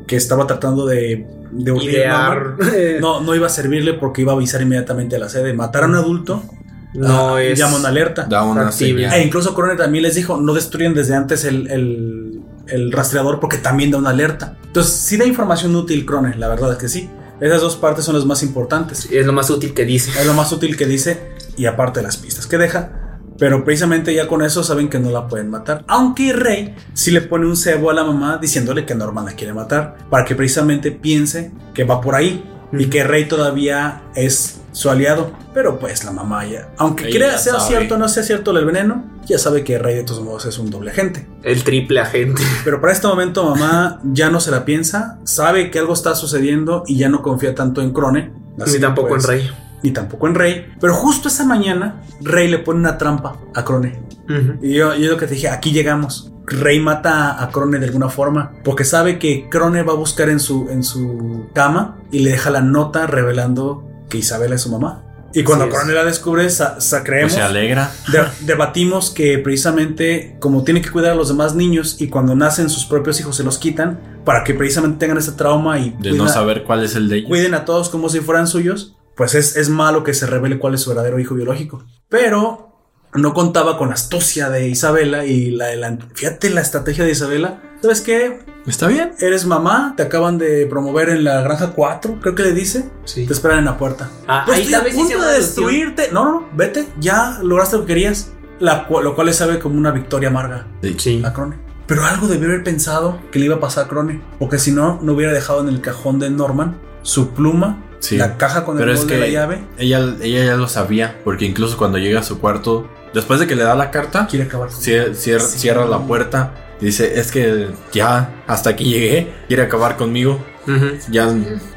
que estaba tratando de, de urdir Idear. mamá, no, no iba a servirle porque iba a avisar inmediatamente a la sede. Matar a un adulto No ah, es. llama una alerta. Da una Factible. señal. E incluso Corona también les dijo: no destruyen desde antes el, el- el rastreador porque también da una alerta. Entonces, sí da información útil, Croner, la verdad es que sí. Esas dos partes son las más importantes. Es lo más útil que dice. Es lo más útil que dice y aparte las pistas que deja. Pero precisamente ya con eso saben que no la pueden matar. Aunque Rey sí le pone un cebo a la mamá diciéndole que Norman la quiere matar. Para que precisamente piense que va por ahí. Y que Rey todavía es su aliado. Pero pues la mamá ya. Aunque Ella crea ya sea sabe. cierto o no sea cierto el veneno. Ya sabe que Rey de todos modos es un doble agente. El triple agente. [laughs] Pero para este momento mamá ya no se la piensa. Sabe que algo está sucediendo y ya no confía tanto en Crone. Ni tampoco pues, en Rey. ni tampoco en Rey. Pero justo esa mañana, Rey le pone una trampa a Crone. Ujú. Y yo, yo lo que te dije, aquí llegamos. Rey mata a- a Crone de alguna forma, porque sabe que Crone va a buscar en su, en su cama y le deja la nota revelando que Isabela es su mamá. Y cuando Así es. Crone la descubre, sa- sa- creemos, Pues se alegra. de- debatimos que precisamente como tiene que cuidar a los demás niños y cuando nacen sus propios hijos se los quitan para que precisamente tengan ese trauma y pues De cuida- no saber cuál es el de ellos. cuiden a todos como si fueran suyos, pues es, es malo que se revele cuál es su verdadero hijo biológico. Pero no contaba con la astucia de Isabela y la, la- fíjate la estrategia de Isabela. ¿Sabes qué? Está bien. Eres mamá, te acaban de promover en la granja 4, creo que le dice. Sí. Te esperan en la puerta. Ah, Pues ahí estoy a tal vez punto hicieron de alusión. destruirte. No, no, no, vete, ya lograste lo que querías. La cu- lo cual le sabe como una victoria amarga Sí. a Crone. Pero algo debió haber pensado que le iba a pasar a Crone, porque si no, no hubiera dejado en el cajón de Norman su pluma, Sí, la caja con el pero es gol de que- la llave. Ella, ella ya lo sabía, porque incluso cuando llega a su cuarto, después de que le da la carta, Quiere acabar con cier- cier- Sí. cierra la puerta y dice, es que ya, hasta aquí llegué, quiere acabar conmigo. Ujú. Ya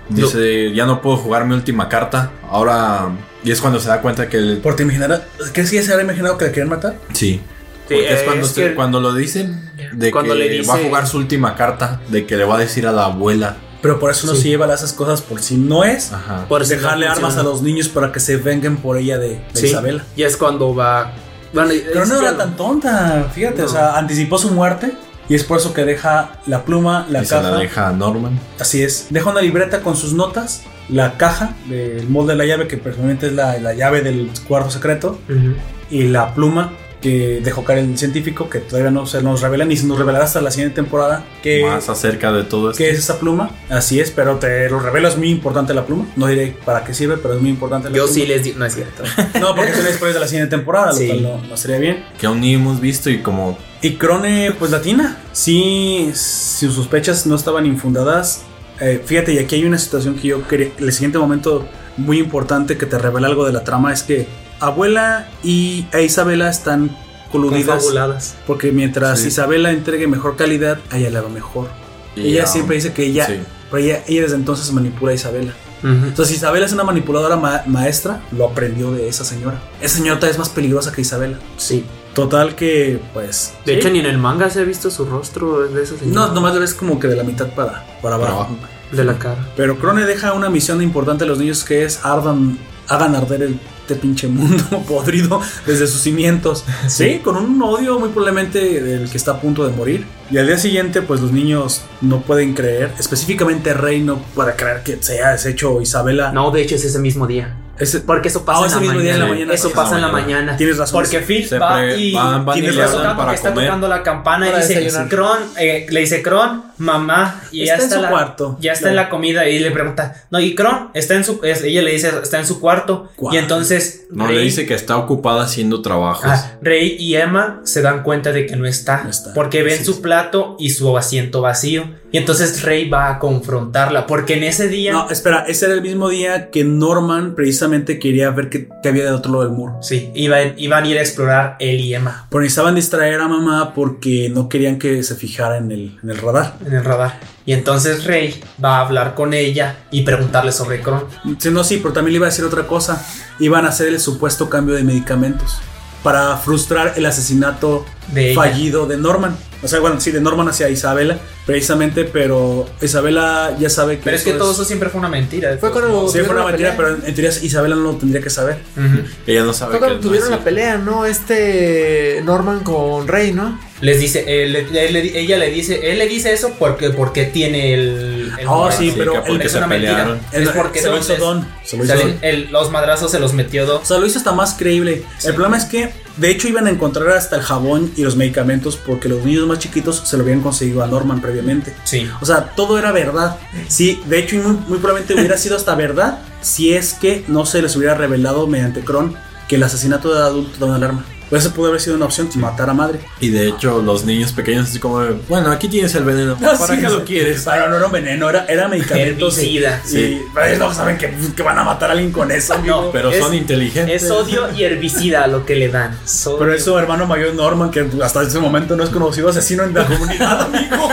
dice, ya no puedo jugar mi última carta. Ahora, y es cuando se da cuenta que el... Porque imaginara, ¿crees que ya se habría imaginado que la querían matar? Sí, Sí, porque es eh, cuando, es se- que- cuando lo dicen, de Cuando que le dice- va a jugar su última carta, de que le va a decir a la abuela. Pero por eso no Sí. se lleva a esas cosas, por si no es, Ajá. Por si no dejarle armas funciona. a los niños para que se vengan por ella de, de Sí. Isabela. Y es cuando va. Bueno, Pero es no era que- tan tonta, fíjate, No. o sea, anticipó su muerte y es por eso que deja la pluma, la y se caja. la deja a Norman. Así es, deja una libreta con sus notas la caja del molde de la llave, que personalmente es la, la llave del cuarto secreto, Ujú. y la pluma que dejó caer el científico, que todavía no se nos revela, ni se nos revelará hasta la siguiente temporada, que, Más acerca de todo esto. que es esa pluma. Así es, pero te lo revelo, es muy importante la pluma. No diré para qué sirve, pero es muy importante la Yo pluma. sí les digo, no [laughs] es cierto. No, porque son spoilers de la siguiente temporada, Sí. lo cual no, no sería bien. Que aún ni hemos visto y como Y Crone, pues latina. Sí, sus sospechas no estaban infundadas. Eh, fíjate, y aquí hay una situación que yo quería. El siguiente momento muy importante que te revela algo de la trama es que Abuela y e Isabela están coludidas. Confabuladas. Porque mientras Sí. Isabela entregue mejor calidad, a ella le va mejor. ella um, siempre dice que ella, sí. pero ella, ella desde entonces manipula a Isabela. Ujú. Entonces Isabela es una manipuladora ma- maestra, lo aprendió de esa señora. Esa señora es más peligrosa que Isabela. Sí. Total que, pues... De sí. hecho, ni en el manga se ha visto su rostro de esa señora. No, nomás lo ves como que de la mitad para, para Para abajo. abajo. De la cara. Pero Crone deja una misión importante a los niños que es ardan, hagan arder el este pinche mundo [laughs] podrido desde sus [laughs] cimientos. Sí, con un odio muy probablemente del que está a punto de morir. Y al día siguiente, pues los niños no pueden creer, específicamente Rey no puede creer que sea deshecho Isabela. No, de hecho es ese mismo día. Ese- Porque eso Ah, pasa ese en, la mismo día en la mañana. Ah, mañana. Eso Sí, pasa en la mañana. mañana. tienes razón. Porque Phil Se va pre- y van- van y tienes le razón, está hablan tocando, para está comer. tocando la campana y Para dice desayunar. Cron, eh, le dice Cron, mamá, y Está ya en está su la- cuarto. Ya está en la comida y le pregunta, no, y Cron está en su, es- ella le dice, está en su cuarto. Guau. Y entonces No, le dice que está ocupada haciendo trabajos. ah, Rey y Emma se dan cuenta de que no está, No está. porque ven Sí, su plato y su asiento vacío. Y entonces Rey va a confrontarla, porque en ese día... No, espera, ese era el mismo día que Norman precisamente quería ver qué, qué había del otro lado del muro. Sí, iban, iban a ir a explorar él y Emma Pero necesitaban distraer a mamá porque no querían que se fijara en el, en el radar. en el radar. Y entonces Rey va a hablar con ella y preguntarle sobre Cron. Sí, no, sí, pero también le iba a decir otra cosa. Iban a hacer el supuesto cambio de medicamentos para frustrar el asesinato De ella. fallido de Norman. O sea, bueno, sí, de Norman hacia Isabela, precisamente, pero Isabela ya sabe que... Pero es que eso todo eso siempre fue una mentira. Fue cuando Sí, Pues- fue tuvieron una la mentira, pelea. pero en teoría Isabela no lo tendría que saber. Ujú. Ella no sabe Fue que cuando no tuvieron es la pelea, ¿no? Este Norman con Rey, ¿no? Les dice, eh, le- le- le- ella le dice, él le dice eso porque, porque tiene el. el Oh, morado. sí, Sí, pero que él- porque es se una mentira. pelearon. Es porque se lo hizo entonces- Don. Se lo O hizo sea, Don. el- los madrazos se los metió O dos. sea, lo hizo hasta más creíble. Sí. El problema es que, de hecho, iban a encontrar hasta el jabón y los medicamentos porque los niños más chiquitos se lo habían conseguido a Norman previamente. Sí. O sea, todo era verdad. Sí, de hecho, y muy, muy probablemente hubiera sido hasta verdad si es que no se les hubiera revelado mediante Kron que el asesinato de adulto da una alarma. Pues eso pudo haber sido una opción, matar a madre. Y de hecho, los niños pequeños, así como, bueno, aquí tienes el veneno. ¿Para qué lo quieres? Pero Ah, no era un veneno, era, era medicamento. sí. Herbicida. Sí. pero ellos no saben que, que van a matar a alguien con [laughs] eso, amigo. No, Pero es- son inteligentes. Es odio y herbicida lo que le dan. Sodio. Pero es su hermano mayor Norman, que hasta ese momento no es conocido asesino [laughs] en la comunidad, amigo.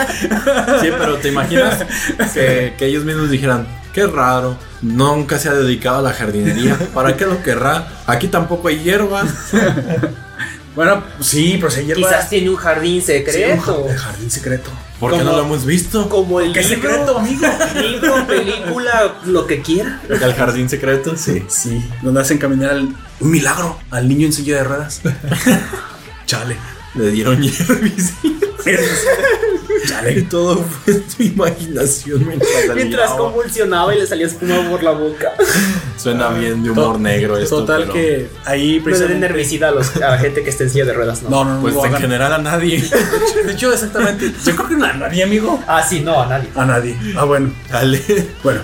Sí, pero te imaginas que, que ellos mismos dijeran, qué raro, nunca se ha dedicado a la jardinería, ¿para qué lo querrá? Aquí tampoco hay hierba. Bueno, sí, pero se lleva. Quizás tiene un jardín secreto. El jardín secreto. ¿Por qué no lo hemos visto? Como el ¿Qué libro, secreto, amigo? libro, película, lo que quiera. El jardín secreto, sí. Sí, donde hacen caminar al. Un milagro, al niño en silla de [laughs] ruedas. Chale. Le dieron [laughs] hierbicida y Chale. todo fue tu imaginación mientras la Mientras liaba. convulsionaba y le salía espuma por la boca. Suena bien de humor To- negro esto, Total pero, que ahí No le den precisamente. herbicida a, los- a la gente que esté en silla de ruedas, no. No, no, no. Pues lo en hagan. general [laughs] a nadie. De hecho, exactamente. Yo creo que no a nadie, amigo. Ah, sí, no, a nadie. A nadie. Ah, bueno. Dale. Bueno.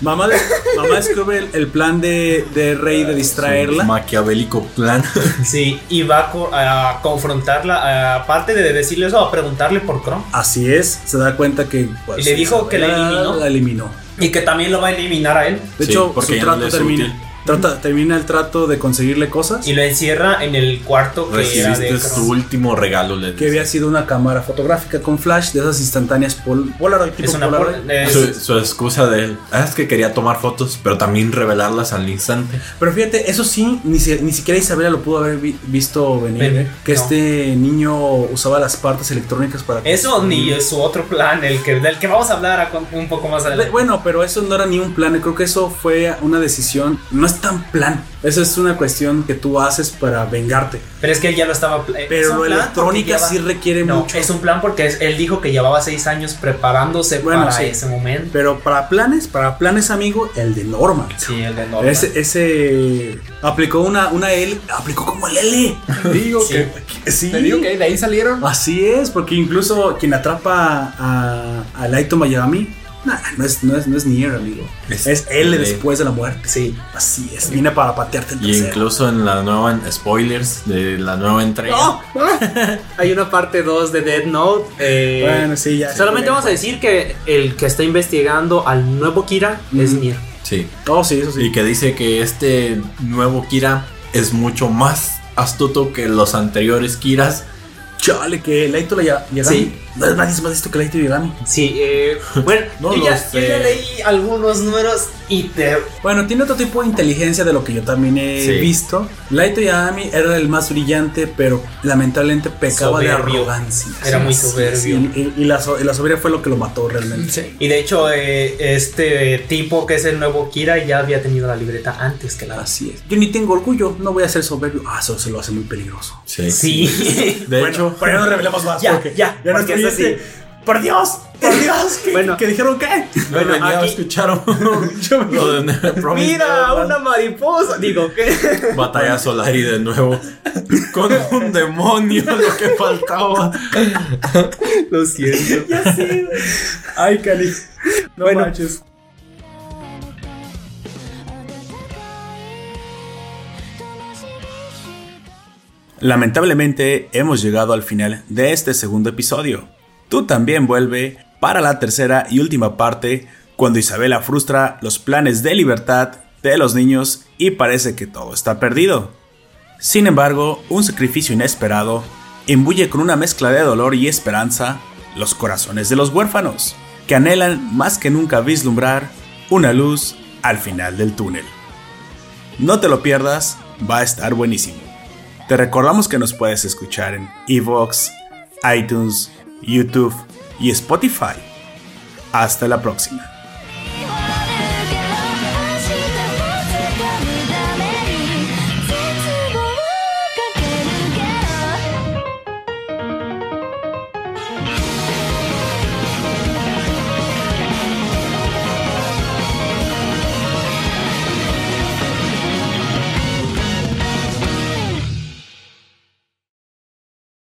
Mamá, de- mamá descubre el, el plan de, de Ah, Rey de distraerla. Su Maquiavélico plan. Sí, y va a co- a, confrontarla, aparte de decirle eso, a preguntarle por Kron. Así es, se da cuenta que. pues, Y le dijo que la Isabela eliminó. La eliminó. Y que también lo va a eliminar a él. De Sí, hecho, porque su ya no trato le es útil. termina. trata- termina el trato de conseguirle cosas. Y lo encierra en el cuarto que era de Recibiste tu Kron. último regalo, que le dice. había sido una cámara fotográfica con flash de esas instantáneas pol Polaroid tipo Es una Polaroid. por- es- Su, su excusa de él "Ah, es que quería tomar fotos, pero también revelarlas al instante. Pero fíjate, eso sí, ni, si- ni siquiera Isabela lo pudo haber vi- visto venir. Venir, que no. este niño usaba las partes electrónicas para. Eso ni su otro plan, el que, del que vamos a hablar a con- un poco más De- adelante. Bueno, pero eso no era ni un plan. Creo que eso fue una decisión. No es es tan plan. Esa es una cuestión que tú haces para vengarte. Pero es que él ya lo estaba. pla- es Pero un lo plan porque electrónica lleva- sí requiere No, mucho. es un plan porque es- él dijo que llevaba seis años preparándose Bueno, para sí. ese momento. Pero para planes, para planes, amigo, el de Norma. Sí, el de Norman. Ese, ese aplicó una, una L, aplicó como el L. Digo que. Sí. Te digo que de ahí salieron. Así es, porque incluso quien atrapa a, a Laito Miami, nah, no, es, no, es, no es Nier, amigo. Es Es, L L. después de la muerte. Sí. Así es, viene para patearte el Y trasero. incluso en la nueva. Spoilers de la nueva entrega. Hay una parte 2 de Dead Note. eh, Bueno, sí, ya. solamente vamos a decir que el que está investigando al nuevo Kira es Mm. Nier. Sí. Oh, sí, eso sí. Y que dice que este nuevo Kira es mucho más astuto que los anteriores Kiras. Chale, que Laito Yagami. Sí. No es nadie más listo que Laito Yagami. Sí, eh, bueno, No yo, lo ya, yo sé. ya leí algunos números y te. Bueno, tiene otro tipo de inteligencia de lo que yo también he Sí. visto. Laito Yagami era el más brillante, pero lamentablemente pecaba de Soberbio. arrogancia. Era muy Así es, soberbio. y, y- y la, so- y la soberbia fue lo que lo mató realmente. Sí. Y de hecho, eh, este tipo que es el nuevo Kira ya había tenido la libreta antes que la. Así es. Yo ni tengo orgullo, no voy a ser soberbio. Ah, eso se lo hace muy peligroso. Sí. Sí. De hecho, pero no revelemos más. Ya, porque ya, no porque estoy es así. este- Por Dios, [laughs] por Dios. ¿Qué, Bueno. qué dijeron qué? bueno, Bueno, ya aquí- escucharon lo de Neverpromise [laughs] Mira, Neverland. una mariposa. Digo, ¿qué? Batalla Solari de nuevo. Con un demonio lo que faltaba. Lo siento. Ay, Cali. No Bueno. manches. Lamentablemente hemos llegado al final de este segundo episodio. Tú también vuelve para la tercera y última parte cuando Isabela frustra los planes de libertad de los niños y parece que todo está perdido. Sin embargo, un sacrificio inesperado embulle con una mezcla de dolor y esperanza los corazones de los huérfanos, que anhelan más que nunca vislumbrar una luz al final del túnel. No te lo pierdas, va a estar buenísimo. Te recordamos que nos puedes escuchar en Evox, iTunes, YouTube y Spotify. Hasta la próxima.